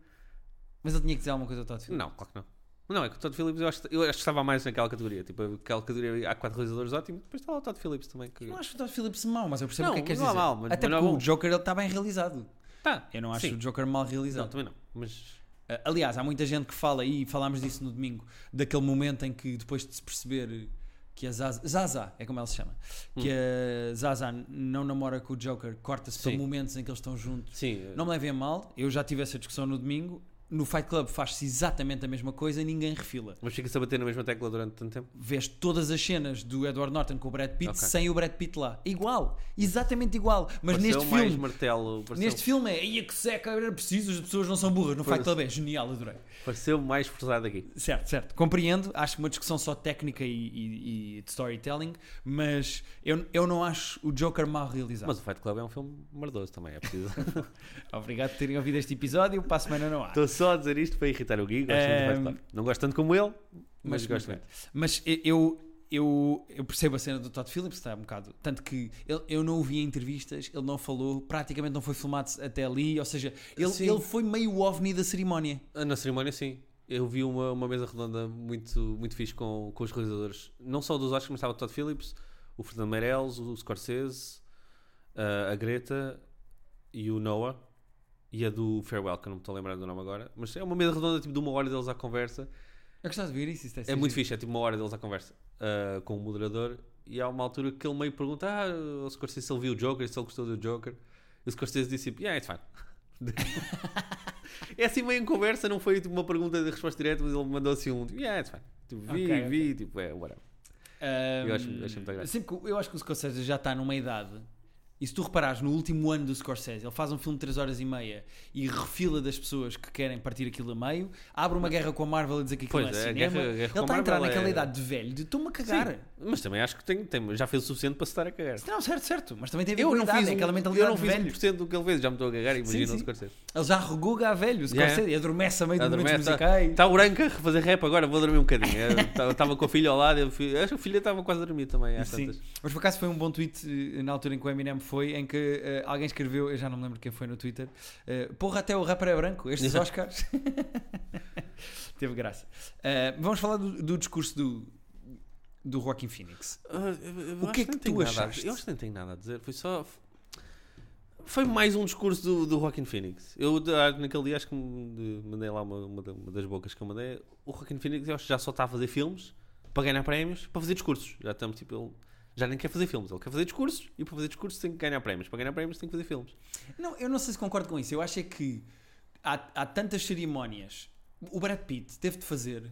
Speaker 2: Mas eu tinha que dizer alguma coisa ao Todd Phillips.
Speaker 3: Não, claro que não. Não, é que o Todd Phillips eu acho, que- eu acho que estava mais naquela categoria. Tipo, aquela categoria há quatro realizadores ótimos, depois está lá o Todd Phillips também. Que...
Speaker 2: Eu não acho o Todd Phillips mau, mas eu percebo
Speaker 3: Não,
Speaker 2: o que é que queres
Speaker 3: não é
Speaker 2: dizer.
Speaker 3: mau, mas-
Speaker 2: Até
Speaker 3: mas não é
Speaker 2: porque o
Speaker 3: bom.
Speaker 2: Joker ele está bem realizado.
Speaker 3: Tá.
Speaker 2: Eu não acho
Speaker 3: Sim.
Speaker 2: o Joker mal
Speaker 3: Não,
Speaker 2: realizado.
Speaker 3: também não. Mas
Speaker 2: Ah, Aliás, há muita gente que fala, e falámos disso no domingo, daquele momento em que depois de se perceber que a Zaza, Zaza é como ela se chama, que a Zaza não namora com o Joker, corta-se para
Speaker 3: Hum. Sim.
Speaker 2: momentos em que eles estão juntos.
Speaker 3: sim, eh,
Speaker 2: Não me levem a mal, eu já tive essa discussão no domingo. No Fight Club faz-se exatamente a mesma coisa e ninguém refila.
Speaker 3: mas fica-se a bater na mesma tecla durante tanto tempo.
Speaker 2: Vês todas as cenas do Edward Norton com o Brad Pitt
Speaker 3: Ok.
Speaker 2: sem o Brad Pitt lá. Igual, exatamente igual. Mas
Speaker 3: Pareceu
Speaker 2: neste
Speaker 3: mais
Speaker 2: filme,
Speaker 3: martelo, pareceu,
Speaker 2: neste filme é ia que seca, era preciso, as pessoas não são burras. No Fight
Speaker 3: Parece-
Speaker 2: Club é genial, adorei.
Speaker 3: pareceu mais forçado aqui.
Speaker 2: Certo, certo. Compreendo, acho que uma discussão só técnica e, e- e de storytelling, mas eu, eu não acho o Joker mal realizado.
Speaker 3: Mas o Fight Club é um filme merdoso também, é preciso.
Speaker 2: Obrigado por terem ouvido este episódio. Para a semana não há.
Speaker 3: Estou só a dizer isto para irritar o Gui, gosto muito do
Speaker 2: Ehm,
Speaker 3: Fight Club. Não gosto tanto como ele,
Speaker 2: mas
Speaker 3: mas, gosto
Speaker 2: muito
Speaker 3: muito.
Speaker 2: Mas e- eu, eu, eu percebo a cena do Todd Phillips, está um bocado. Tanto que ele- eu não o vi em entrevistas, ele não falou, praticamente não foi filmado até ali, ou seja, ele,
Speaker 3: Sim.
Speaker 2: ele foi meio ovni da cerimónia.
Speaker 3: Ah, Na cerimónia, sim. Eu vi uma, uma mesa redonda muito, muito fixe com, com os realizadores. Não só dos Oscars, mas estava o Todd Phillips, o Fernando Meirelles, o Scorsese, ah, a- a Greta e o Noah. E a do Farewell, que eu não me estou a lembrar do nome agora. Mas é uma mesa redonda, tipo, de uma hora deles à conversa.
Speaker 2: Eu gostava de ver isso, isso
Speaker 3: É muito fixe, é tipo uma hora deles à conversa ah, com o moderador. E há uma altura que ele meio pergunta ah, ao Scorsese se ele viu o Joker, se ele gostou do Joker. E o Scorsese disse tipo, yeah, it's fine. é assim meio em conversa, não foi tipo, uma pergunta de resposta direta, mas ele mandou assim um tipo, yeah, it's fine. Tipo,
Speaker 2: Ok,
Speaker 3: vi,
Speaker 2: ok.
Speaker 3: vi, tipo, é, whatever. Eu acho- acho muito graça.
Speaker 2: sempre que, eu acho que o Scorsese já está numa tá idade E se tu reparares, no último ano do Scorsese, ele faz um filme de 3 horas e meia e refila das pessoas que querem partir aquilo a meio, abre uma guerra com a Marvel a dizer que aquilo
Speaker 3: Pois
Speaker 2: não é,
Speaker 3: é, a
Speaker 2: cinema.
Speaker 3: guerra- a guerra
Speaker 2: ele
Speaker 3: com a
Speaker 2: está a entrar
Speaker 3: Marvel é-
Speaker 2: naquela idade de velho de estou-me a cagar.
Speaker 3: Sim, mas também acho que tem, tem- já fez o suficiente para se estar a cagar.
Speaker 2: Não, certo, certo. Mas também tem a ver com a idade, é
Speaker 3: um-
Speaker 2: aquela
Speaker 3: eu
Speaker 2: mentalidade
Speaker 3: não
Speaker 2: de
Speaker 3: fiz
Speaker 2: velho.
Speaker 3: 1% do que ele fez, já me estou a cagar, imagina
Speaker 2: sim.
Speaker 3: o Scorsese.
Speaker 2: Ele já reguga a velho, o Scorsese,
Speaker 3: Yeah.
Speaker 2: e um- adormece a meio de momentos
Speaker 3: Está
Speaker 2: musicais.
Speaker 3: tá o branco a fazer rap agora, vou dormir um bocadinho. Estava com o filho ao lado, eu fui- acho que o filho estava quase a dormir também. Às
Speaker 2: Sim.
Speaker 3: tantas.
Speaker 2: Mas por acaso foi um bom tweet eh, na altura em que o Eminem foi, em que eh, alguém escreveu, eu já não me lembro quem foi no Twitter, eh, porra, até o rapper é branco, estes
Speaker 3: Yeah.
Speaker 2: Oscars. Teve graça. Eh, vamos falar do, do discurso do, do Joaquim Phoenix.
Speaker 3: Ah, eu- eu
Speaker 2: O que
Speaker 3: acho
Speaker 2: é que
Speaker 3: nem tenho
Speaker 2: tu
Speaker 3: nada a-
Speaker 2: achaste?
Speaker 3: Eu acho que nem tenho nada a dizer. Foi só. Foi mais um discurso do, do Joaquin Phoenix. Eu, ah, naquele dia, acho que me- mandei lá uma, uma da- uma das bocas que eu mandei. O Joaquin Phoenix, eu acho que já só está a fazer filmes para ganhar prémios, para fazer discursos. Já estamos, tipo, ele já nem quer fazer filmes. Ele quer fazer discursos e para fazer discursos tem que ganhar prémios. Para ganhar prémios tem que fazer filmes.
Speaker 2: Não, eu não sei se concordo com isso. Eu acho é que há, há tantas cerimónias. O Brad Pitt teve de fazer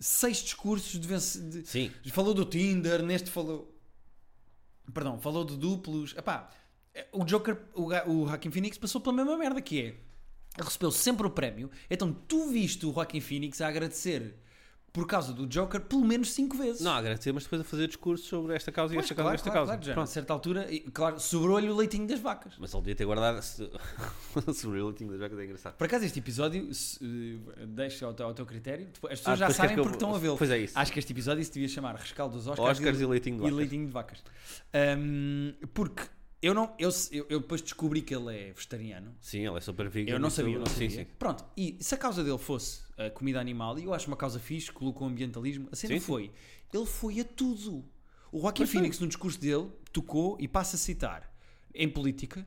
Speaker 2: seis discursos de, vence, de,
Speaker 3: Sim.
Speaker 2: Falou do Tinder, neste falou. Perdão, falou de duplos. Epá, é, o Joker, o, ga- o Joaquin Phoenix passou pela mesma merda que é. Recebeu sempre o prémio. Então tu viste o Joaquin Phoenix a agradecer por causa do Joker pelo menos 5 vezes.
Speaker 3: Não, é a agradecer, mas depois a fazer discursos sobre esta causa e
Speaker 2: Pois,
Speaker 3: esta
Speaker 2: claro,
Speaker 3: causa e esta
Speaker 2: claro,
Speaker 3: causa.
Speaker 2: claro, já.
Speaker 3: Pronto.
Speaker 2: a certa altura, e, claro, sobrou-lhe o leitinho das vacas.
Speaker 3: Mas ele devia ter guardado. sobre ele, tinha já que é engraçado.
Speaker 2: Por acaso, este episódio, se, eh, deixa ao teu, ao teu critério. Depois- As pessoas
Speaker 3: Ah,
Speaker 2: já
Speaker 3: depois queres
Speaker 2: sabem
Speaker 3: que eu-
Speaker 2: porque estão a vê-lo.
Speaker 3: Pois é isso.
Speaker 2: Acho que este episódio se devia chamar Rescaldo dos Oscars,
Speaker 3: Oscars e Leitinho de Vacas.
Speaker 2: Leitinho de Vacas. Hum, porque eu não eu, eu, eu depois descobri que ele é vegetariano.
Speaker 3: Sim, ele é super vegan.
Speaker 2: Eu não
Speaker 3: e
Speaker 2: sabia, eu
Speaker 3: tudo.
Speaker 2: não sabia.
Speaker 3: Sim, sim.
Speaker 2: Pronto, e se a causa dele fosse a comida animal, e eu acho uma causa fixe, colocou o ambientalismo, a cena
Speaker 3: Sim, sim.
Speaker 2: foi, ele foi a tudo. O Joaquim
Speaker 3: Pois foi.
Speaker 2: Phoenix, no discurso dele, tocou e passa a citar em política,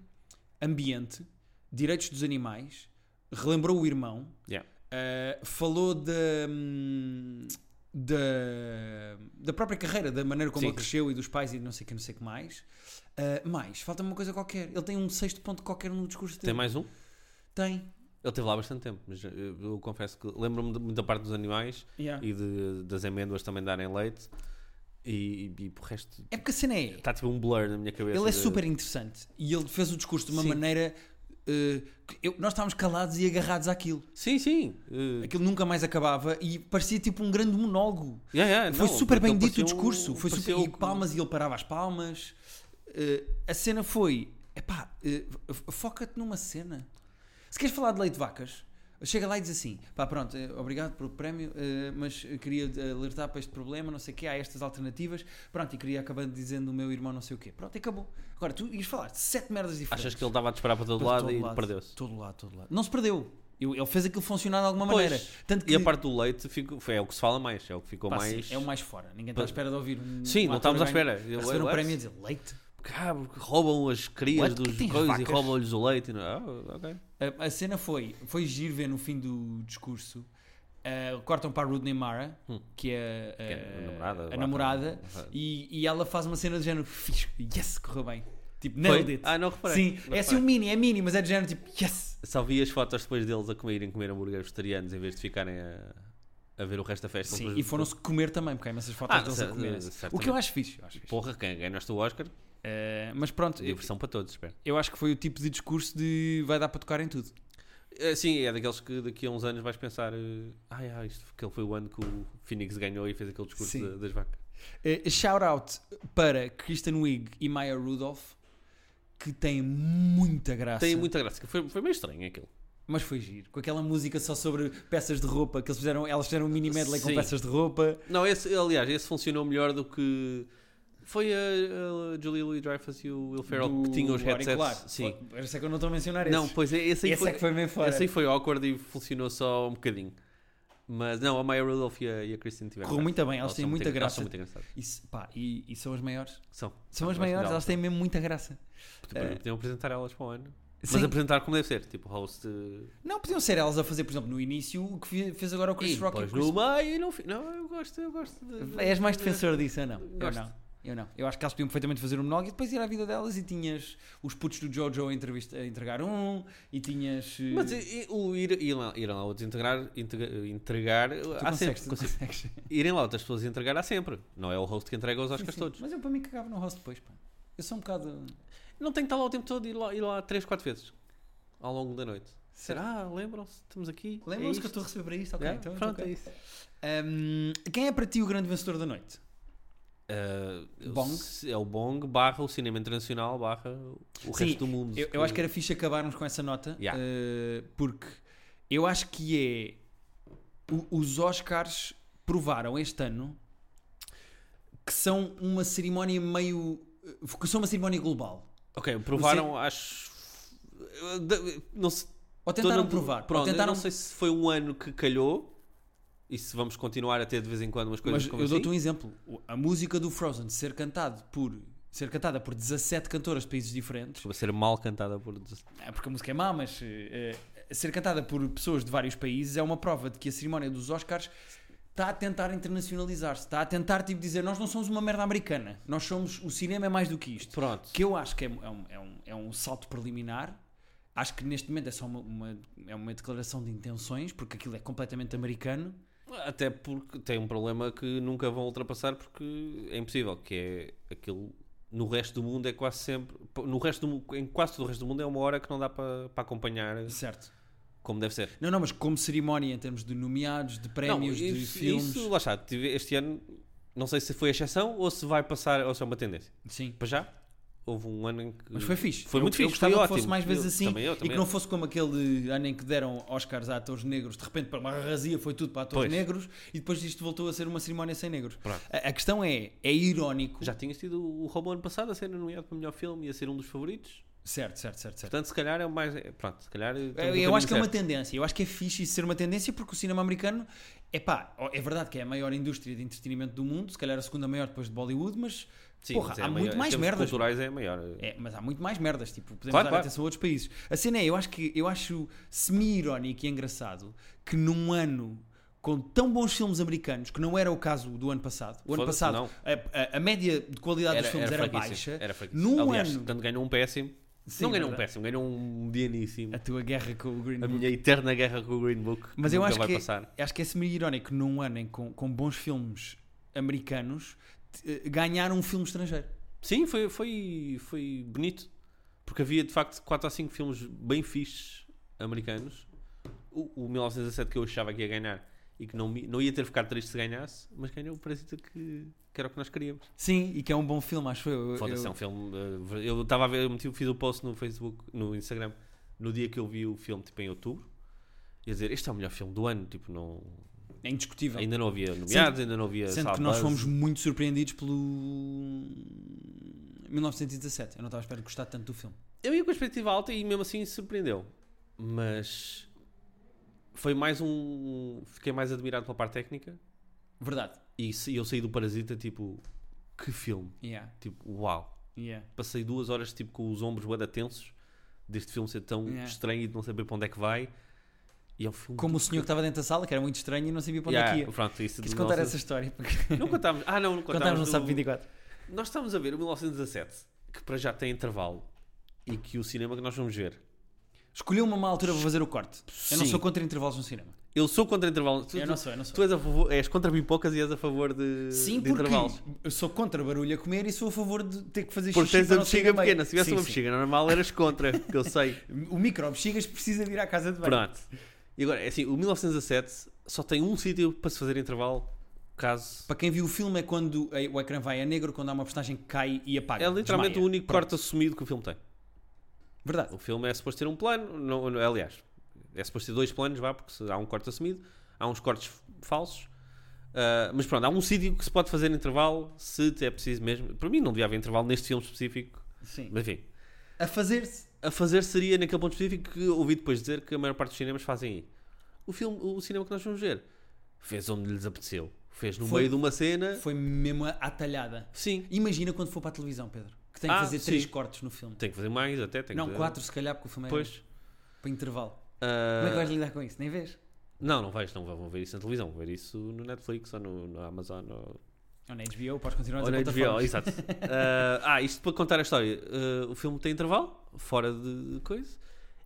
Speaker 2: ambiente, direitos dos animais, relembrou o irmão,
Speaker 3: Yeah.
Speaker 2: Uh, falou da, hum, da da própria carreira, da maneira como
Speaker 3: Sim,
Speaker 2: ele
Speaker 3: sim.
Speaker 2: cresceu e dos pais e não sei o que, não sei o que mais. Uh, mais, falta-me uma coisa qualquer. Ele tem um sexto ponto qualquer no discurso
Speaker 3: Tem
Speaker 2: dele.
Speaker 3: mais um?
Speaker 2: Tem.
Speaker 3: Ele teve lá bastante tempo, mas eh, eu confesso que lembro-me de muita parte dos animais
Speaker 2: Yeah.
Speaker 3: e de- das amêndoas também darem leite e, e, e o resto
Speaker 2: É porque a cena é.
Speaker 3: está tipo um blur na minha cabeça.
Speaker 2: Ele é
Speaker 3: de-
Speaker 2: super interessante e ele fez o discurso de uma
Speaker 3: Sim.
Speaker 2: maneira. uh, que eu- nós estávamos calados e agarrados àquilo.
Speaker 3: Sim, sim. eh,
Speaker 2: Aquilo nunca mais acabava e parecia tipo um grande monólogo.
Speaker 3: yeah, yeah,
Speaker 2: Foi
Speaker 3: não,
Speaker 2: super bem
Speaker 3: ele
Speaker 2: dito o
Speaker 3: pareceu-
Speaker 2: discurso. Foi super,
Speaker 3: pareceu
Speaker 2: e palmas, e ele parava as palmas. Eh, a cena foi. Epá, eh, f- foca-te numa cena. Se queres falar de leite de vacas, chega lá e diz assim: pá, pronto, eh, obrigado pelo prémio, eh, mas eu queria eh, alertar para este problema, não sei o quê, há estas alternativas. Pronto, e queria acabar dizendo o meu irmão não sei o quê. Pronto, e acabou. Agora, tu ias falar de sete merdas diferentes.
Speaker 3: Achas que ele estava a disparar para todo
Speaker 2: Para
Speaker 3: lado
Speaker 2: todo
Speaker 3: e
Speaker 2: lado.
Speaker 3: perdeu-se?
Speaker 2: Todo lado, todo lado. Não se perdeu. Eu- Ele fez aquilo funcionar de alguma
Speaker 3: Pois.
Speaker 2: maneira. Tanto que
Speaker 3: E a parte do leite ficou- foi, é o que se fala mais, é o que ficou
Speaker 2: Pá,
Speaker 3: mais.
Speaker 2: sim, é o mais fora. Ninguém está à espera de ouvir um.
Speaker 3: Sim,
Speaker 2: um
Speaker 3: não
Speaker 2: ator
Speaker 3: estávamos à
Speaker 2: ganhar-
Speaker 3: espera. Eu-
Speaker 2: Receber um
Speaker 3: eu-
Speaker 2: prémio e dizer leite.
Speaker 3: Cá, porque roubam as crias
Speaker 2: What? Que
Speaker 3: dos
Speaker 2: tens
Speaker 3: coisas e
Speaker 2: vacas?
Speaker 3: roubam-lhes o leite. e não- Ah, ok.
Speaker 2: A, a cena foi, foi giro ver no fim do discurso. ah, cortam para a Rudney Mara, que é, ah,
Speaker 3: Hum. Que é a namorada,
Speaker 2: a
Speaker 3: lá,
Speaker 2: namorada,
Speaker 3: tá, tá.
Speaker 2: e, e ela faz uma cena do género fiz, yes, correu bem. Tipo, nailed
Speaker 3: Foi?
Speaker 2: it.
Speaker 3: Ah, não reparei.
Speaker 2: Sim,
Speaker 3: Não
Speaker 2: é assim um
Speaker 3: reparei.
Speaker 2: mini, é mini, mas é do género tipo, yes.
Speaker 3: Só vi as fotos depois deles a comerem comer hambúrgueres vegetarianos em vez de ficarem a, a ver o resto da festa.
Speaker 2: Sim,
Speaker 3: Depois-
Speaker 2: e foram-se comer também, porque há imensas fotos
Speaker 3: Ah,
Speaker 2: deles a
Speaker 3: cer-
Speaker 2: comer.
Speaker 3: certamente.
Speaker 2: O que eu acho fixe. eu acho fixe.
Speaker 3: Porra, quem ganhaste o Oscar?
Speaker 2: Ah, mas pronto, eu,
Speaker 3: Diversão para todos, espero.
Speaker 2: eu acho que foi o tipo de discurso de vai dar para tocar em tudo.
Speaker 3: Eh, Sim, é daqueles que daqui a uns anos vais pensar. eh, Ai, ah, isto aquele foi o ano que o Phoenix ganhou e fez aquele discurso
Speaker 2: Sim.
Speaker 3: da- das vacas.
Speaker 2: Eh, shout out para Kristen Wiig e Maya Rudolph que têm muita graça.
Speaker 3: Tem muita graça. que Foi, foi meio estranho aquilo.
Speaker 2: Mas foi giro, com aquela música só sobre peças de roupa que eles fizeram, elas fizeram um mini medley com
Speaker 3: Sim.
Speaker 2: peças de roupa.
Speaker 3: Não, esse, aliás, esse funcionou melhor do que. Foi a, a Julie Louis Dreyfus e o Will Ferrell que
Speaker 2: do
Speaker 3: tinham os headsets.
Speaker 2: auricular.
Speaker 3: Sim.
Speaker 2: Pô, Esse é que eu não estou a mencionar
Speaker 3: Não,
Speaker 2: esses.
Speaker 3: pois é, esse aí
Speaker 2: Esse
Speaker 3: foi.
Speaker 2: é que foi bem fora.
Speaker 3: Esse aí foi awkward e funcionou só um bocadinho. Mas não, a Maya Rudolph e a, e a Kristen tiveram.
Speaker 2: Correu
Speaker 3: graça.
Speaker 2: muito bem, elas
Speaker 3: Elas
Speaker 2: têm
Speaker 3: são
Speaker 2: muita
Speaker 3: muito-
Speaker 2: graça.
Speaker 3: elas são muito engraçadas.
Speaker 2: E, se- pá, e- e são as maiores. São
Speaker 3: São.
Speaker 2: as
Speaker 3: Eu gosto
Speaker 2: maiores,
Speaker 3: delas,
Speaker 2: elas têm mesmo muita graça.
Speaker 3: Podiam podiam apresentar elas para o ano. Mas
Speaker 2: É. Sim.
Speaker 3: apresentar como deve ser, tipo host. eh,
Speaker 2: Não podiam ser elas a fazer, por exemplo, no início o que fe- fez agora o Chris
Speaker 3: e
Speaker 2: Rock e o
Speaker 3: depois
Speaker 2: Chris
Speaker 3: no meio e no fim. Não, eu gosto, eu gosto. de-
Speaker 2: És mais defensor disso ou não? Eu
Speaker 3: Gosto.
Speaker 2: não. Eu não. Eu acho que elas podiam perfeitamente fazer um monólogo e depois ir à vida delas e tinhas os putos do Jojo a, entrevista, a entregar um e tinhas. eh,
Speaker 3: Mas
Speaker 2: tu
Speaker 3: e- e o ir, ir lá, irem lá outros integrar, integra- entregar. há
Speaker 2: consegues,
Speaker 3: sempre.
Speaker 2: tu
Speaker 3: consigo.
Speaker 2: consegues. Sim,
Speaker 3: Irem lá outras pessoas entregar há sempre. Não é o host que entrega os Oscars
Speaker 2: sim.
Speaker 3: todos.
Speaker 2: Mas eu para mim cagava no rosto depois, pá. Eu sou um bocado.
Speaker 3: Não tem que estar lá o tempo todo e ir lá, ir lá 3, 4 vezes ao longo da noite.
Speaker 2: Certo.
Speaker 3: Será? Lembram-se? Estamos aqui.
Speaker 2: Lembram-se
Speaker 3: É
Speaker 2: que eu estou a receber para isto? Ok,
Speaker 3: Yeah,
Speaker 2: então,
Speaker 3: pronto,
Speaker 2: ok.
Speaker 3: é isso.
Speaker 2: Hum, quem é para ti o grande vencedor da noite?
Speaker 3: Uh,
Speaker 2: Bong.
Speaker 3: o- É o Bong barra o cinema internacional barra o
Speaker 2: Sim,
Speaker 3: resto do mundo. tipo,
Speaker 2: Eu, eu acho que é era fixe acabarmos com essa nota,
Speaker 3: Yeah.
Speaker 2: eh, porque eu acho que é. o- os Oscars provaram este ano que são uma cerimónia meio. eh, que são uma cerimónia global.
Speaker 3: Ok, provaram, acho. eu- de- Não se...
Speaker 2: Ou tentaram
Speaker 3: tô-
Speaker 2: provar.
Speaker 3: Pronto,
Speaker 2: ou
Speaker 3: eu
Speaker 2: tentaram.
Speaker 3: não sei se foi um ano que calhou e se vamos continuar a ter de vez em quando umas coisas
Speaker 2: Mas
Speaker 3: como
Speaker 2: eu
Speaker 3: assim.
Speaker 2: dou-te um exemplo. O- A música do Frozen ser cantado por. Ser cantada por 17 cantoras de países diferentes,
Speaker 3: Desculpa Tipo, ser mal cantada por.
Speaker 2: é porque a música é má, mas eh, eh, ser cantada por pessoas de vários países é uma prova de que a cerimónia dos Oscars está a tentar internacionalizar-se, está a tentar tipo, dizer nós não somos uma merda americana, nós somos o cinema é mais do que isto.
Speaker 3: Pronto.
Speaker 2: Que eu acho que é, um- é um, é, um, é um salto preliminar. Acho que neste momento é só uma, uma- é uma declaração de intenções, porque aquilo é completamente americano.
Speaker 3: Até porque tem um problema que nunca vão ultrapassar porque é impossível, que é aquilo no resto do mundo é quase sempre no resto do, mu- em quase todo o resto do mundo é uma hora que não dá para para acompanhar
Speaker 2: Certo.
Speaker 3: como deve ser.
Speaker 2: Não, não, mas como cerimónia em termos de nomeados, de prémios,
Speaker 3: não,
Speaker 2: de
Speaker 3: isso,
Speaker 2: filmes.
Speaker 3: isso, lá está, tive- este ano não sei se foi exceção ou se vai passar ou se é uma tendência.
Speaker 2: Sim.
Speaker 3: Para já houve um ano em que
Speaker 2: Mas foi fixe.
Speaker 3: Foi
Speaker 2: Eu-
Speaker 3: muito
Speaker 2: eu
Speaker 3: fixe,
Speaker 2: gostava
Speaker 3: foi
Speaker 2: que
Speaker 3: ótimo.
Speaker 2: fosse mais vezes
Speaker 3: Eu-
Speaker 2: assim
Speaker 3: também eu,
Speaker 2: e
Speaker 3: também
Speaker 2: que não
Speaker 3: eu.
Speaker 2: fosse como aquele ano em que deram Oscars a atores negros, de repente para uma razia foi tudo para atores
Speaker 3: Pois.
Speaker 2: negros e depois isto voltou a ser uma cerimónia sem negros.
Speaker 3: Pronto.
Speaker 2: A, a questão é, é irónico.
Speaker 3: Já tinha sido o Robo ano passado a ser nomeado para melhor filme e a ser um dos favoritos.
Speaker 2: Certo, certo, certo, certo.
Speaker 3: Portanto, se calhar é o mais. é, Pronto, se calhar. estamos no
Speaker 2: Eu,
Speaker 3: caminho
Speaker 2: acho que é uma
Speaker 3: certo.
Speaker 2: tendência, eu acho que é fixe isso ser uma tendência porque o cinema americano é pá, é verdade que é a maior indústria de entretenimento do mundo, se calhar a segunda maior depois de Bollywood, mas
Speaker 3: Sim,
Speaker 2: porra,
Speaker 3: mas é
Speaker 2: há
Speaker 3: a maior-
Speaker 2: muito
Speaker 3: em
Speaker 2: mais
Speaker 3: termos
Speaker 2: merdas.
Speaker 3: culturais é a maior.
Speaker 2: É, mas há muito mais merdas, tipo, podemos
Speaker 3: Claro,
Speaker 2: dar
Speaker 3: claro.
Speaker 2: atenção a outros países. A cena é, eu acho que eu acho semi-irónico e engraçado que num ano com tão bons filmes americanos, que não era o caso do ano passado, o ano
Speaker 3: Foda-se,
Speaker 2: passado
Speaker 3: não.
Speaker 2: a, a- a média de qualidade dos filmes era,
Speaker 3: fraquíssimo,
Speaker 2: baixa,
Speaker 3: Era fraquíssimo.
Speaker 2: num
Speaker 3: Aliás,
Speaker 2: ano
Speaker 3: Portanto, ganhou um péssimo.
Speaker 2: Sim, é
Speaker 3: não ganhou um
Speaker 2: verdade.
Speaker 3: péssimo, ganhou um medianíssimo.
Speaker 2: a tua guerra com o Green
Speaker 3: A
Speaker 2: Book.
Speaker 3: minha eterna guerra com o Green Book.
Speaker 2: Mas
Speaker 3: que
Speaker 2: eu
Speaker 3: nunca
Speaker 2: acho
Speaker 3: vai
Speaker 2: que,
Speaker 3: passar.
Speaker 2: acho que é semi-irónico num ano em que com, com bons filmes americanos t- eh, ganhar um filme estrangeiro.
Speaker 3: Sim, foi, foi, foi bonito. Porque havia de facto 4 ou 5 filmes bem fixes americanos. O, o 1917 que eu achava que ia ganhar e que não, me- não ia ter ficado triste se ganhasse, mas ganhou o Parasita que, que era o que nós queríamos.
Speaker 2: Sim, e que é um bom filme, acho eu. Eu-
Speaker 3: Foda-se, é
Speaker 2: eu-
Speaker 3: um filme. uh, ver- Eu estava a ver, eu meti, fiz o post no Facebook, no Instagram, no dia que eu vi o filme, tipo em outubro. E a dizer, este é o melhor filme do ano. Tipo, não,
Speaker 2: É indiscutível.
Speaker 3: ainda não havia nomeados, ainda não havia.
Speaker 2: Sendo
Speaker 3: sabe,
Speaker 2: que nós
Speaker 3: buzz.
Speaker 2: fomos muito surpreendidos pelo 1917. Eu não estava à espera de gostar tanto do filme.
Speaker 3: Eu ia com a expectativa alta e mesmo assim surpreendeu. Mas. Foi mais um. Fiquei mais admirado pela parte técnica.
Speaker 2: Verdade.
Speaker 3: E se- eu saí do Parasita, tipo. Que filme!
Speaker 2: Yeah,
Speaker 3: Tipo, uau!
Speaker 2: yeah.
Speaker 3: passei duas horas tipo com os ombros bué tensos deste filme ser tão
Speaker 2: Yeah.
Speaker 3: estranho e de não saber para onde é que vai e é um filme
Speaker 2: Como o senhor que estava dentro da sala, que era muito estranho e não sabia para onde
Speaker 3: Yeah,
Speaker 2: é que ia.
Speaker 3: pronto, isso
Speaker 2: Quis
Speaker 3: do
Speaker 2: contar
Speaker 3: nosso-
Speaker 2: essa história. porque
Speaker 3: não contámos ah não, não
Speaker 2: Contámos
Speaker 3: contámos
Speaker 2: no
Speaker 3: do-
Speaker 2: Sábado 24.
Speaker 3: nós estamos a ver o 1917 que para já tem intervalo e que o cinema que nós vamos ver
Speaker 2: Escolheu uma má altura para fazer o corte. Eu não
Speaker 3: Sim.
Speaker 2: sou contra intervalos no cinema.
Speaker 3: eu sou contra intervalo tu,
Speaker 2: Eu não
Speaker 3: tu-
Speaker 2: sou, eu não sou.
Speaker 3: tu és a favor és contra pipocas e és a favor de,
Speaker 2: Sim,
Speaker 3: de
Speaker 2: porque
Speaker 3: intervalos
Speaker 2: eu sou contra barulho a comer e sou a favor de ter que fazer
Speaker 3: porque
Speaker 2: xixi
Speaker 3: tens
Speaker 2: para
Speaker 3: a
Speaker 2: não sair
Speaker 3: bexiga
Speaker 2: no meio.
Speaker 3: pequena se tivesse
Speaker 2: Sim,
Speaker 3: uma
Speaker 2: sim.
Speaker 3: bexiga normal eras contra que eu sei
Speaker 2: O micro bexigas precisa de ir à casa de banho.
Speaker 3: Pronto. E agora, é assim, o 1917 só tem um sítio para se fazer intervalo, caso...
Speaker 2: Para quem viu o filme é quando eh, o ecrã vai a negro, quando há uma personagem que cai e apaga.
Speaker 3: É literalmente
Speaker 2: desmaia.
Speaker 3: o único
Speaker 2: Pronto.
Speaker 3: corte assumido que o filme tem.
Speaker 2: Verdade.
Speaker 3: O filme é suposto ter um plano, não, não- aliás, é suposto ter dois planos, vá, porque se- há um corte assumido, há uns cortes f- falsos, ah, mas pronto, há um sítio que se pode fazer intervalo, se é preciso mesmo. Para mim não devia haver intervalo neste filme específico,
Speaker 2: Sim.
Speaker 3: mas enfim.
Speaker 2: A fazer-se.
Speaker 3: A fazer seria naquele ponto específico que ouvi depois dizer que a maior parte dos cinemas fazem aí. O, filme, o cinema que nós vamos ver fez onde lhes apeteceu. Fez no
Speaker 2: Foi-
Speaker 3: meio de uma cena...
Speaker 2: Foi mesmo à talhada.
Speaker 3: Sim.
Speaker 2: Imagina quando for para a televisão, Pedro. Que tem que
Speaker 3: Ah,
Speaker 2: fazer
Speaker 3: sim.
Speaker 2: três cortes no filme.
Speaker 3: Tem que fazer mais, até tem que
Speaker 2: não,
Speaker 3: fazer-
Speaker 2: quatro se calhar, porque o filme é
Speaker 3: Pois.
Speaker 2: para intervalo.
Speaker 3: Ah,
Speaker 2: Como é que vais lidar com isso? Nem vês?
Speaker 3: Não, não vais, não vão ver isso na televisão, vão ver isso no Netflix ou no, no Amazon ou,
Speaker 2: Ou na HBO, podes continuar a
Speaker 3: ou
Speaker 2: dizer
Speaker 3: na HBO,
Speaker 2: plataformas.
Speaker 3: exato. Ah, ah, isto para contar a história. Ah, o filme tem intervalo, fora de coisa,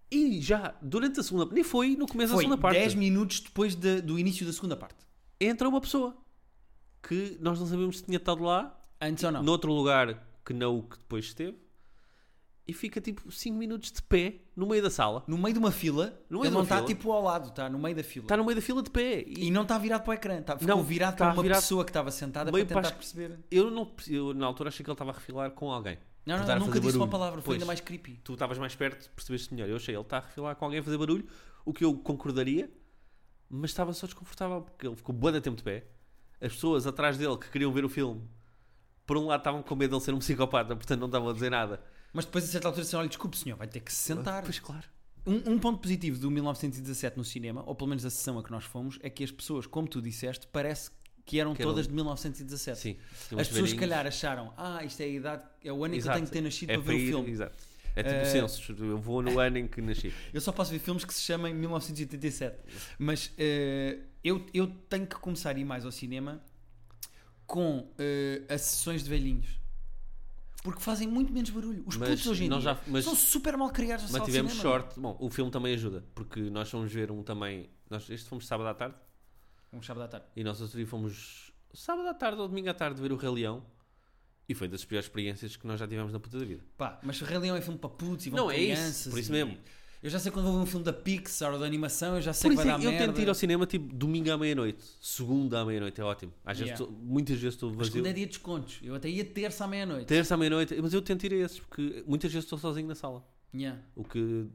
Speaker 3: e já durante a segunda nem foi no começo da segunda
Speaker 2: Foi
Speaker 3: parte.
Speaker 2: 10 minutos depois de- do início da segunda parte.
Speaker 3: Entra uma pessoa que nós não sabemos se tinha estado lá,
Speaker 2: Antes ou não?
Speaker 3: noutro lugar que não o que depois esteve, e fica tipo 5 minutos de pé no meio da sala.
Speaker 2: No meio de uma fila,
Speaker 3: No meio
Speaker 2: ele
Speaker 3: de
Speaker 2: não
Speaker 3: uma
Speaker 2: está
Speaker 3: fila.
Speaker 2: tipo ao lado, está no meio da fila.
Speaker 3: Está no meio da fila de pé. E
Speaker 2: E não está virado para o ecrã, está, ficou
Speaker 3: Não,
Speaker 2: virado
Speaker 3: está
Speaker 2: para uma
Speaker 3: virado
Speaker 2: pessoa que estava sentada para
Speaker 3: meio
Speaker 2: tentar
Speaker 3: para as-
Speaker 2: perceber.
Speaker 3: eu, não, eu na altura achei que ele estava a refilar com alguém.
Speaker 2: Não,
Speaker 3: Por
Speaker 2: não,
Speaker 3: estar a
Speaker 2: nunca
Speaker 3: fazer
Speaker 2: disse uma
Speaker 3: barulho.
Speaker 2: palavra, foi
Speaker 3: Pois.
Speaker 2: ainda mais creepy.
Speaker 3: Tu estavas mais perto, percebeste melhor. Eu achei ele está a refilar com alguém a fazer barulho, o que eu concordaria, mas estava só desconfortável porque ele ficou bué de tempo de pé. As pessoas atrás dele que queriam ver o filme, por um lado estavam com medo de ele ser um psicopata, portanto não estavam a dizer nada.
Speaker 2: Mas depois, a certa altura, disseram: olha, desculpe, senhor, vai ter que se sentar.
Speaker 3: Pois claro.
Speaker 2: Um, um ponto positivo do 1917 no cinema, ou pelo menos a sessão a que nós fomos, é que as pessoas, como tu disseste, parece que eram
Speaker 3: Que eram-
Speaker 2: todas de 1917.
Speaker 3: Sim.
Speaker 2: As pessoas, se calhar, acharam: ah, isto é a idade, é o ano em que eu tenho que ter nascido para ver o filme.
Speaker 3: É Exato. É tipo
Speaker 2: Eh,
Speaker 3: censos. Eu vou no ano em que nasci.
Speaker 2: Eu só posso ver filmes que se chamem 1987. Mas eh, eu, eu tenho que começar a ir mais ao cinema com eh, as sessões de velhinhos. Porque fazem muito menos barulho. Os
Speaker 3: Mas
Speaker 2: putos hoje em dia
Speaker 3: nós já- mas-
Speaker 2: são super mal criados na
Speaker 3: Mas
Speaker 2: sala de
Speaker 3: tivemos
Speaker 2: cinema.
Speaker 3: sorte. Bom, o filme também ajuda, porque nós fomos ver um também. Nós, este fomos sábado à tarde
Speaker 2: Um sábado à tarde.
Speaker 3: e nós outro dia fomos sábado à tarde ou domingo à tarde ver o Rei Leão e foi das piores experiências que nós já tivemos na puta da vida.
Speaker 2: Pá, mas o Rei Leão é filme para putos e vão
Speaker 3: Não, é isso,
Speaker 2: crianças.
Speaker 3: por isso
Speaker 2: e-
Speaker 3: mesmo.
Speaker 2: Eu já sei quando vou ver um filme da Pixar ou da animação, eu já sei que
Speaker 3: Por isso
Speaker 2: vai
Speaker 3: é
Speaker 2: dar
Speaker 3: que eu
Speaker 2: merda.
Speaker 3: tento ir ao cinema tipo domingo à meia-noite, segunda à meia-noite, é ótimo. Às vezes
Speaker 2: Yeah.
Speaker 3: estou- muitas vezes estou
Speaker 2: Mas
Speaker 3: vazio.
Speaker 2: quando é dia de descontos. Eu até ia terça à meia-noite.
Speaker 3: Terça à meia-noite, mas eu tento ir a esses porque muitas vezes estou sozinho na sala.
Speaker 2: Yeah,
Speaker 3: O que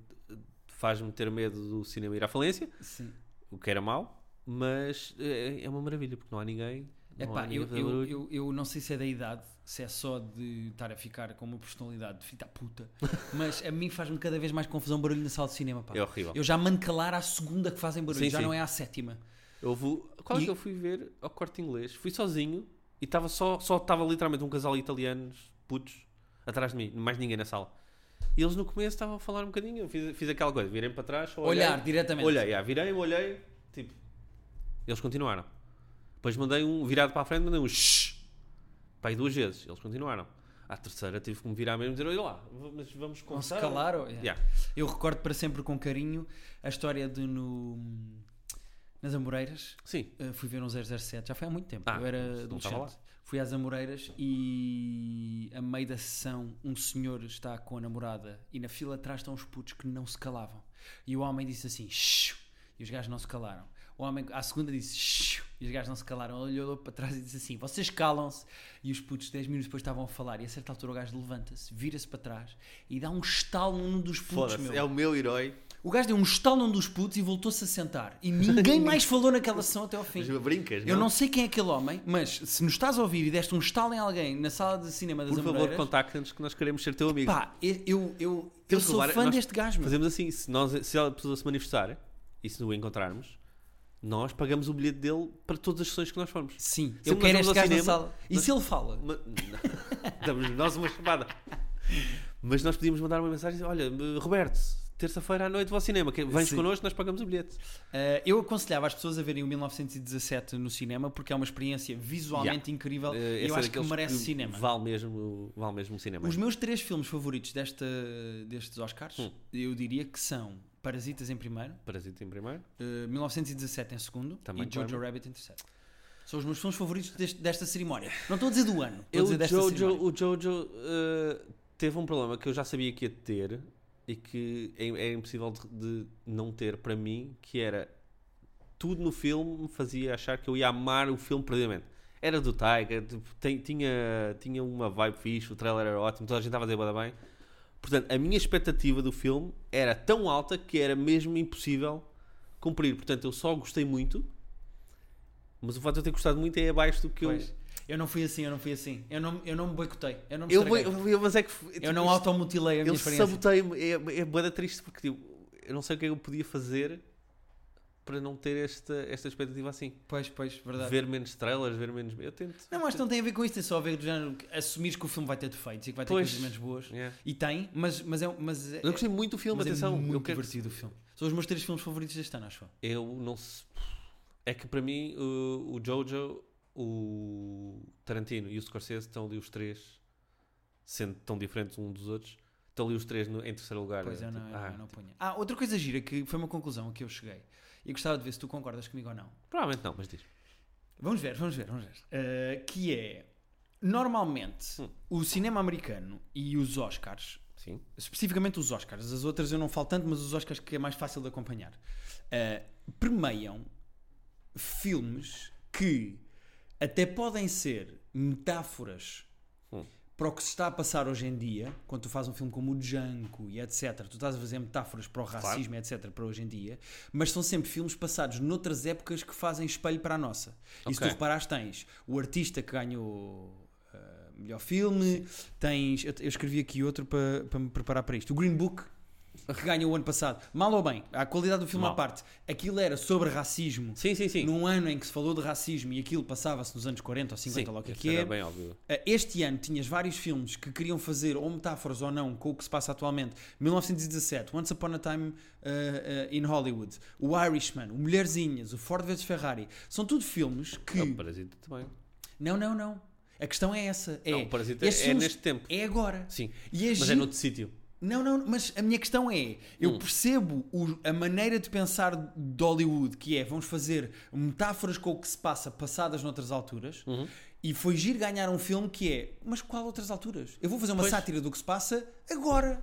Speaker 3: faz-me ter medo do cinema ir à falência,
Speaker 2: sim.
Speaker 3: o que era mau, mas é, é uma maravilha porque não há ninguém.
Speaker 2: É
Speaker 3: não há
Speaker 2: pá,
Speaker 3: ninguém
Speaker 2: eu,
Speaker 3: a fazer
Speaker 2: eu,
Speaker 3: barulho.
Speaker 2: eu, eu não sei se é da idade, se é só de estar a ficar com uma personalidade de fita puta, mas a mim faz-me cada vez mais confusão barulho na sala de cinema, pá.
Speaker 3: É horrível.
Speaker 2: Eu já mando calar à segunda que fazem barulho,
Speaker 3: Sim,
Speaker 2: já
Speaker 3: sim.
Speaker 2: não é à sétima.
Speaker 3: Eu vou. Qual é
Speaker 2: E-
Speaker 3: que eu fui ver ao corte inglês? Fui sozinho e estava só. Só estava literalmente um casal de italianos, putos, atrás de mim, mais ninguém na sala. E eles no começo estavam a falar um bocadinho. Eu fiz, fiz aquela coisa, virei para trás, só olhei,
Speaker 2: Olhar diretamente.
Speaker 3: Olhei, ah, virei, olhei, tipo. Eles continuaram. Depois mandei um virado para a frente, mandei um shh. Pai, duas vezes. Eles continuaram. À terceira tive que me virar mesmo e dizer: Olha lá, v- mas vamos
Speaker 2: Não se
Speaker 3: conversar.
Speaker 2: calaram. é.
Speaker 3: Yeah.
Speaker 2: Eu recordo para sempre com carinho a história de no... Nas Amoreiras,
Speaker 3: Sim.
Speaker 2: eh, fui ver um 007, já foi há muito tempo,
Speaker 3: Ah,
Speaker 2: eu era
Speaker 3: não estava
Speaker 2: adolescente. Fui às Amoreiras e a meio da sessão um senhor está com a namorada e na fila atrás estão os putos que não se calavam. E o homem disse assim, "Shhh", e os gajos não se calaram. O homem, à segunda disse, "Shhh", e os gajos não se calaram. Ele olhou para trás e disse assim, vocês calam-se. E os putos 10 minutos depois estavam a falar e a certa altura o gajo levanta-se, vira-se para trás e dá um estalo num dos putos,
Speaker 3: Foda-se,
Speaker 2: meu.
Speaker 3: é o meu herói.
Speaker 2: O gajo deu um estalo num dos putos e voltou-se a sentar. E ninguém mais falou naquela sessão até ao fim.
Speaker 3: Mas brincas,
Speaker 2: Eu não sei quem é aquele homem, mas se nos estás a ouvir e deste um estalo em alguém na sala de cinema das
Speaker 3: Por favor,
Speaker 2: Amoreiras,
Speaker 3: contacta-nos que nós queremos ser teu amigo.
Speaker 2: pá, eu, eu, eu, eu
Speaker 3: Temos que
Speaker 2: sou
Speaker 3: levar-
Speaker 2: fã
Speaker 3: nós
Speaker 2: deste gajo, meu.
Speaker 3: Fazemos assim, se, nós, se a pessoa se manifestar e se o encontrarmos, nós pagamos o bilhete dele para todas as sessões que nós formos.
Speaker 2: Sim,
Speaker 3: Se
Speaker 2: eu
Speaker 3: nós
Speaker 2: quero
Speaker 3: vamos
Speaker 2: este
Speaker 3: ao
Speaker 2: gajo na
Speaker 3: cinema,
Speaker 2: sala. E
Speaker 3: nós-
Speaker 2: se ele fala?
Speaker 3: Ma- Damos-lhe nós uma chamada. Mas nós podíamos mandar uma mensagem e dizer, olha, Roberto, terça-feira à noite vou ao cinema, que- vens
Speaker 2: Sim.
Speaker 3: connosco, nós pagamos o bilhete.
Speaker 2: Ah, eu aconselhava as pessoas a verem o 1917 no cinema porque é uma experiência visualmente incrível
Speaker 3: Eh,
Speaker 2: e
Speaker 3: esse
Speaker 2: eu
Speaker 3: é
Speaker 2: acho que
Speaker 3: daqueles
Speaker 2: merece cinema.
Speaker 3: Vale mesmo, vale mesmo o cinema.
Speaker 2: Os meus três filmes favoritos desta, destes Oscars,
Speaker 3: Hum.
Speaker 2: eu diria que são Parasitas em primeiro,
Speaker 3: Parasita em primeiro.
Speaker 2: eh, 1917 em segundo
Speaker 3: Também
Speaker 2: e Jojo
Speaker 3: claro.
Speaker 2: Rabbit em terceiro. São os meus filmes favoritos deste- desta cerimónia. Não estou a dizer do ano, estou a
Speaker 3: Eu,
Speaker 2: dizer
Speaker 3: o
Speaker 2: desta cerimónia.
Speaker 3: Jojo, o Jojo eh, teve um problema que eu já sabia que ia ter e que é, é impossível de, de não ter para mim, que era tudo no filme me fazia achar que eu ia amar o filme perdidamente. Era do Tiger, tipo, tem- tinha, tinha uma vibe fixe, o trailer era ótimo, toda a gente estava a dizer bué da bem. Portanto, a minha expectativa do filme era tão alta que era mesmo impossível cumprir. Portanto, eu só gostei muito, mas o fato de eu ter gostado muito é abaixo do que eu...
Speaker 2: Pois. Eu não fui assim, eu não fui assim. Eu não, eu não me boicotei. Eu não me
Speaker 3: Eu,
Speaker 2: estraguei. eu,
Speaker 3: eu, eu, mas é que tipo,
Speaker 2: não
Speaker 3: isto-
Speaker 2: automutilei a minha
Speaker 3: eu
Speaker 2: experiência.
Speaker 3: sabotei-me. É, é bué da triste porque tipo, eu não sei o que é que eu podia fazer para não ter esta, esta expectativa assim.
Speaker 2: Pois, pois, verdade.
Speaker 3: Ver menos trailers, ver menos. Eu tento.
Speaker 2: Não, acho que não tem a ver com isto. É só ver do género que assumires que o filme vai ter defeitos e que vai ter
Speaker 3: Pois.
Speaker 2: coisas menos boas.
Speaker 3: Yeah.
Speaker 2: E tem, mas, mas é. Mas é
Speaker 3: Eu gostei muito do filme,
Speaker 2: mas é
Speaker 3: atenção.
Speaker 2: muito
Speaker 3: eu, quero-
Speaker 2: divertido o filme. São os meus três filmes favoritos deste ano, acho. eu.
Speaker 3: eu não se- É que para mim o, o Jojo, o Tarantino e o Scorsese estão ali os três, sendo tão diferentes um dos outros, estão ali os três no- em terceiro lugar.
Speaker 2: Pois eu
Speaker 3: Tipo,
Speaker 2: não, eu
Speaker 3: ah,
Speaker 2: não ponho. Ah, outra coisa gira que foi uma conclusão a que eu cheguei e gostava de ver se tu concordas comigo ou não.
Speaker 3: Provavelmente não, mas diz.
Speaker 2: Vamos ver, vamos ver, vamos ver. Uh, que é. Normalmente,
Speaker 3: Hum.
Speaker 2: o cinema americano e os Oscars
Speaker 3: Sim.
Speaker 2: especificamente os Oscars, as outras eu não falo tanto, mas os Oscars que é mais fácil de acompanhar, ah, permeiam filmes que até podem ser metáforas
Speaker 3: Hum.
Speaker 2: para o que se está a passar hoje em dia, quando tu fazes um filme como o Django e etc., tu estás a fazer metáforas para o racismo, etc., para hoje em dia, mas são sempre filmes passados noutras épocas que fazem espelho para a nossa. E se tu
Speaker 3: Ok.
Speaker 2: reparares, tens o artista que ganhou ah, melhor filme, tens. Eu, eu escrevi aqui outro para, para me preparar para isto. O Green Book. Que ganhou o ano passado, mal ou bem, a qualidade do filme à
Speaker 3: Mal.
Speaker 2: parte, aquilo era sobre racismo
Speaker 3: Sim, sim, sim.
Speaker 2: num ano em que se falou de racismo e aquilo passava-se nos anos 40 ou 50,
Speaker 3: sim.
Speaker 2: logo que é
Speaker 3: isso
Speaker 2: que
Speaker 3: era
Speaker 2: é.
Speaker 3: bem óbvio.
Speaker 2: Ah, Este ano tinhas vários filmes que queriam fazer ou metáforas ou não com o que se passa atualmente. 1917, Once Upon a Time ah, ah, in Hollywood, O Irishman, O Mulherzinhas, O Ford vs Ferrari. São tudo filmes que.
Speaker 3: É o Parasita também.
Speaker 2: Não, não, não. A questão é essa. É,
Speaker 3: Não, o Parasita é
Speaker 2: estes filmes
Speaker 3: neste tempo.
Speaker 2: É agora.
Speaker 3: Sim.
Speaker 2: E é
Speaker 3: Mas é
Speaker 2: giro-
Speaker 3: noutro sítio.
Speaker 2: não, não, mas a minha questão é: eu
Speaker 3: Hum.
Speaker 2: percebo o- a maneira de pensar de Hollywood, que é vamos fazer metáforas com o que se passa passadas noutras alturas,
Speaker 3: Uhum.
Speaker 2: e foi giro ganhar um filme que é, mas qual outras alturas? Eu vou fazer uma
Speaker 3: Pois.
Speaker 2: sátira do que se passa agora.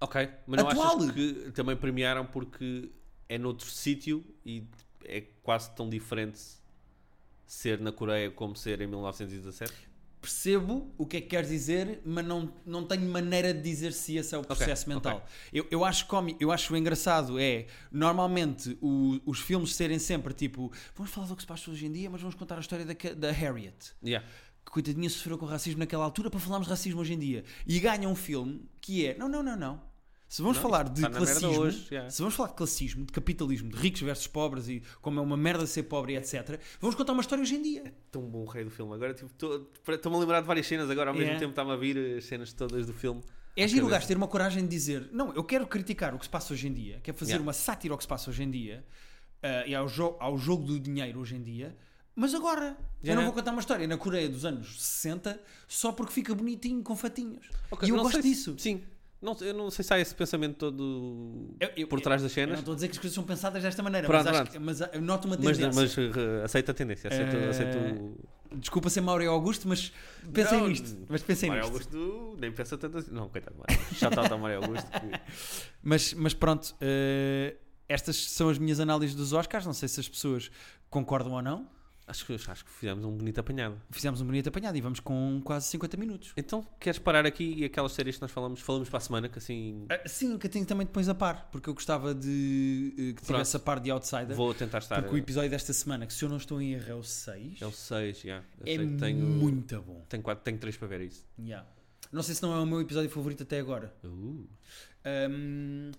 Speaker 3: Ok. Mas não
Speaker 2: Atual.
Speaker 3: achas que também premiaram porque é noutro sítio e é quase tão diferente ser na Coreia como ser em 1917?
Speaker 2: Percebo o que é que quer dizer, mas não, não tenho maneira de dizer se esse é o processo
Speaker 3: ok.
Speaker 2: mental. Eu, eu, acho comi, eu acho engraçado é, normalmente, o- os filmes serem sempre tipo, vamos falar do que se passa hoje em dia, mas vamos contar a história da, Ca- da Harriet.
Speaker 3: Yeah.
Speaker 2: que coitadinha sofreu com racismo naquela altura para falarmos de racismo hoje em dia. E ganha um filme que é: não, não, não, não. Se vamos
Speaker 3: Não,
Speaker 2: falar
Speaker 3: isto
Speaker 2: de
Speaker 3: está na merda
Speaker 2: classismo,
Speaker 3: hoje, yeah.
Speaker 2: se vamos falar de classismo, de capitalismo, de ricos versus pobres e como é uma merda ser pobre e etc., vamos contar uma história hoje em dia. É
Speaker 3: Tão bom rei do filme. Agora tipo, tô- estou-me a lembrar de várias cenas agora. Ao mesmo
Speaker 2: Yeah.
Speaker 3: tempo estava a vir as cenas todas do filme.
Speaker 2: É
Speaker 3: à
Speaker 2: giro o
Speaker 3: cabeça.
Speaker 2: gajo ter uma coragem de dizer: não, eu quero criticar o que se passa hoje em dia, quero fazer
Speaker 3: Yeah.
Speaker 2: uma sátira ao que se passa hoje em dia ah, e ao, jo- ao jogo do dinheiro hoje em dia, mas agora. Eu
Speaker 3: Yeah.
Speaker 2: não vou contar uma história na Coreia dos anos 60 só porque fica bonitinho com fatinhos.
Speaker 3: Ok,
Speaker 2: e eu
Speaker 3: não
Speaker 2: gosto
Speaker 3: sei se-
Speaker 2: disso.
Speaker 3: Sim. Não, eu não sei se há esse pensamento todo
Speaker 2: Eu- eu-
Speaker 3: por trás das
Speaker 2: Eu não
Speaker 3: cenas,
Speaker 2: estou a dizer que as coisas são pensadas desta maneira,
Speaker 3: Pronto,
Speaker 2: mas, acho
Speaker 3: pronto.
Speaker 2: que- mas eu noto uma
Speaker 3: mas,
Speaker 2: tendência.
Speaker 3: mas, eh, aceito a tendência. Aceito,
Speaker 2: Eh,
Speaker 3: aceito o-
Speaker 2: Desculpa ser Mauro e Augusto, mas pensem
Speaker 3: Não,
Speaker 2: nisto. Mas pensem
Speaker 3: Mário
Speaker 2: nisto.
Speaker 3: Augusto nem pensa tanto assim. Não, coitado, Mário. já está a Mário Augusto. que-
Speaker 2: Mas, mas pronto, eh, estas são as minhas análises dos Oscars. Não sei se as pessoas concordam ou não.
Speaker 3: Acho, que, acho que fizemos um bonito apanhado.
Speaker 2: Fizemos um bonito apanhado e vamos com quase 50 minutos.
Speaker 3: Então, queres parar aqui e aquelas séries que nós falamos, falamos para a semana, que assim
Speaker 2: Ah, sim, que tenho também depois a par, porque eu gostava de eh, que tivesse a par de Outsider.
Speaker 3: vou tentar estar.
Speaker 2: porque o episódio desta semana, que se eu não estou em erro, é o 6.
Speaker 3: É o 6, já. Eu
Speaker 2: É
Speaker 3: sei que tenho,
Speaker 2: muito bom.
Speaker 3: tenho, quatro, tenho 3 para ver isso.
Speaker 2: Yeah. Não sei se não é o meu episódio favorito até agora.
Speaker 3: Uh,
Speaker 2: Hum,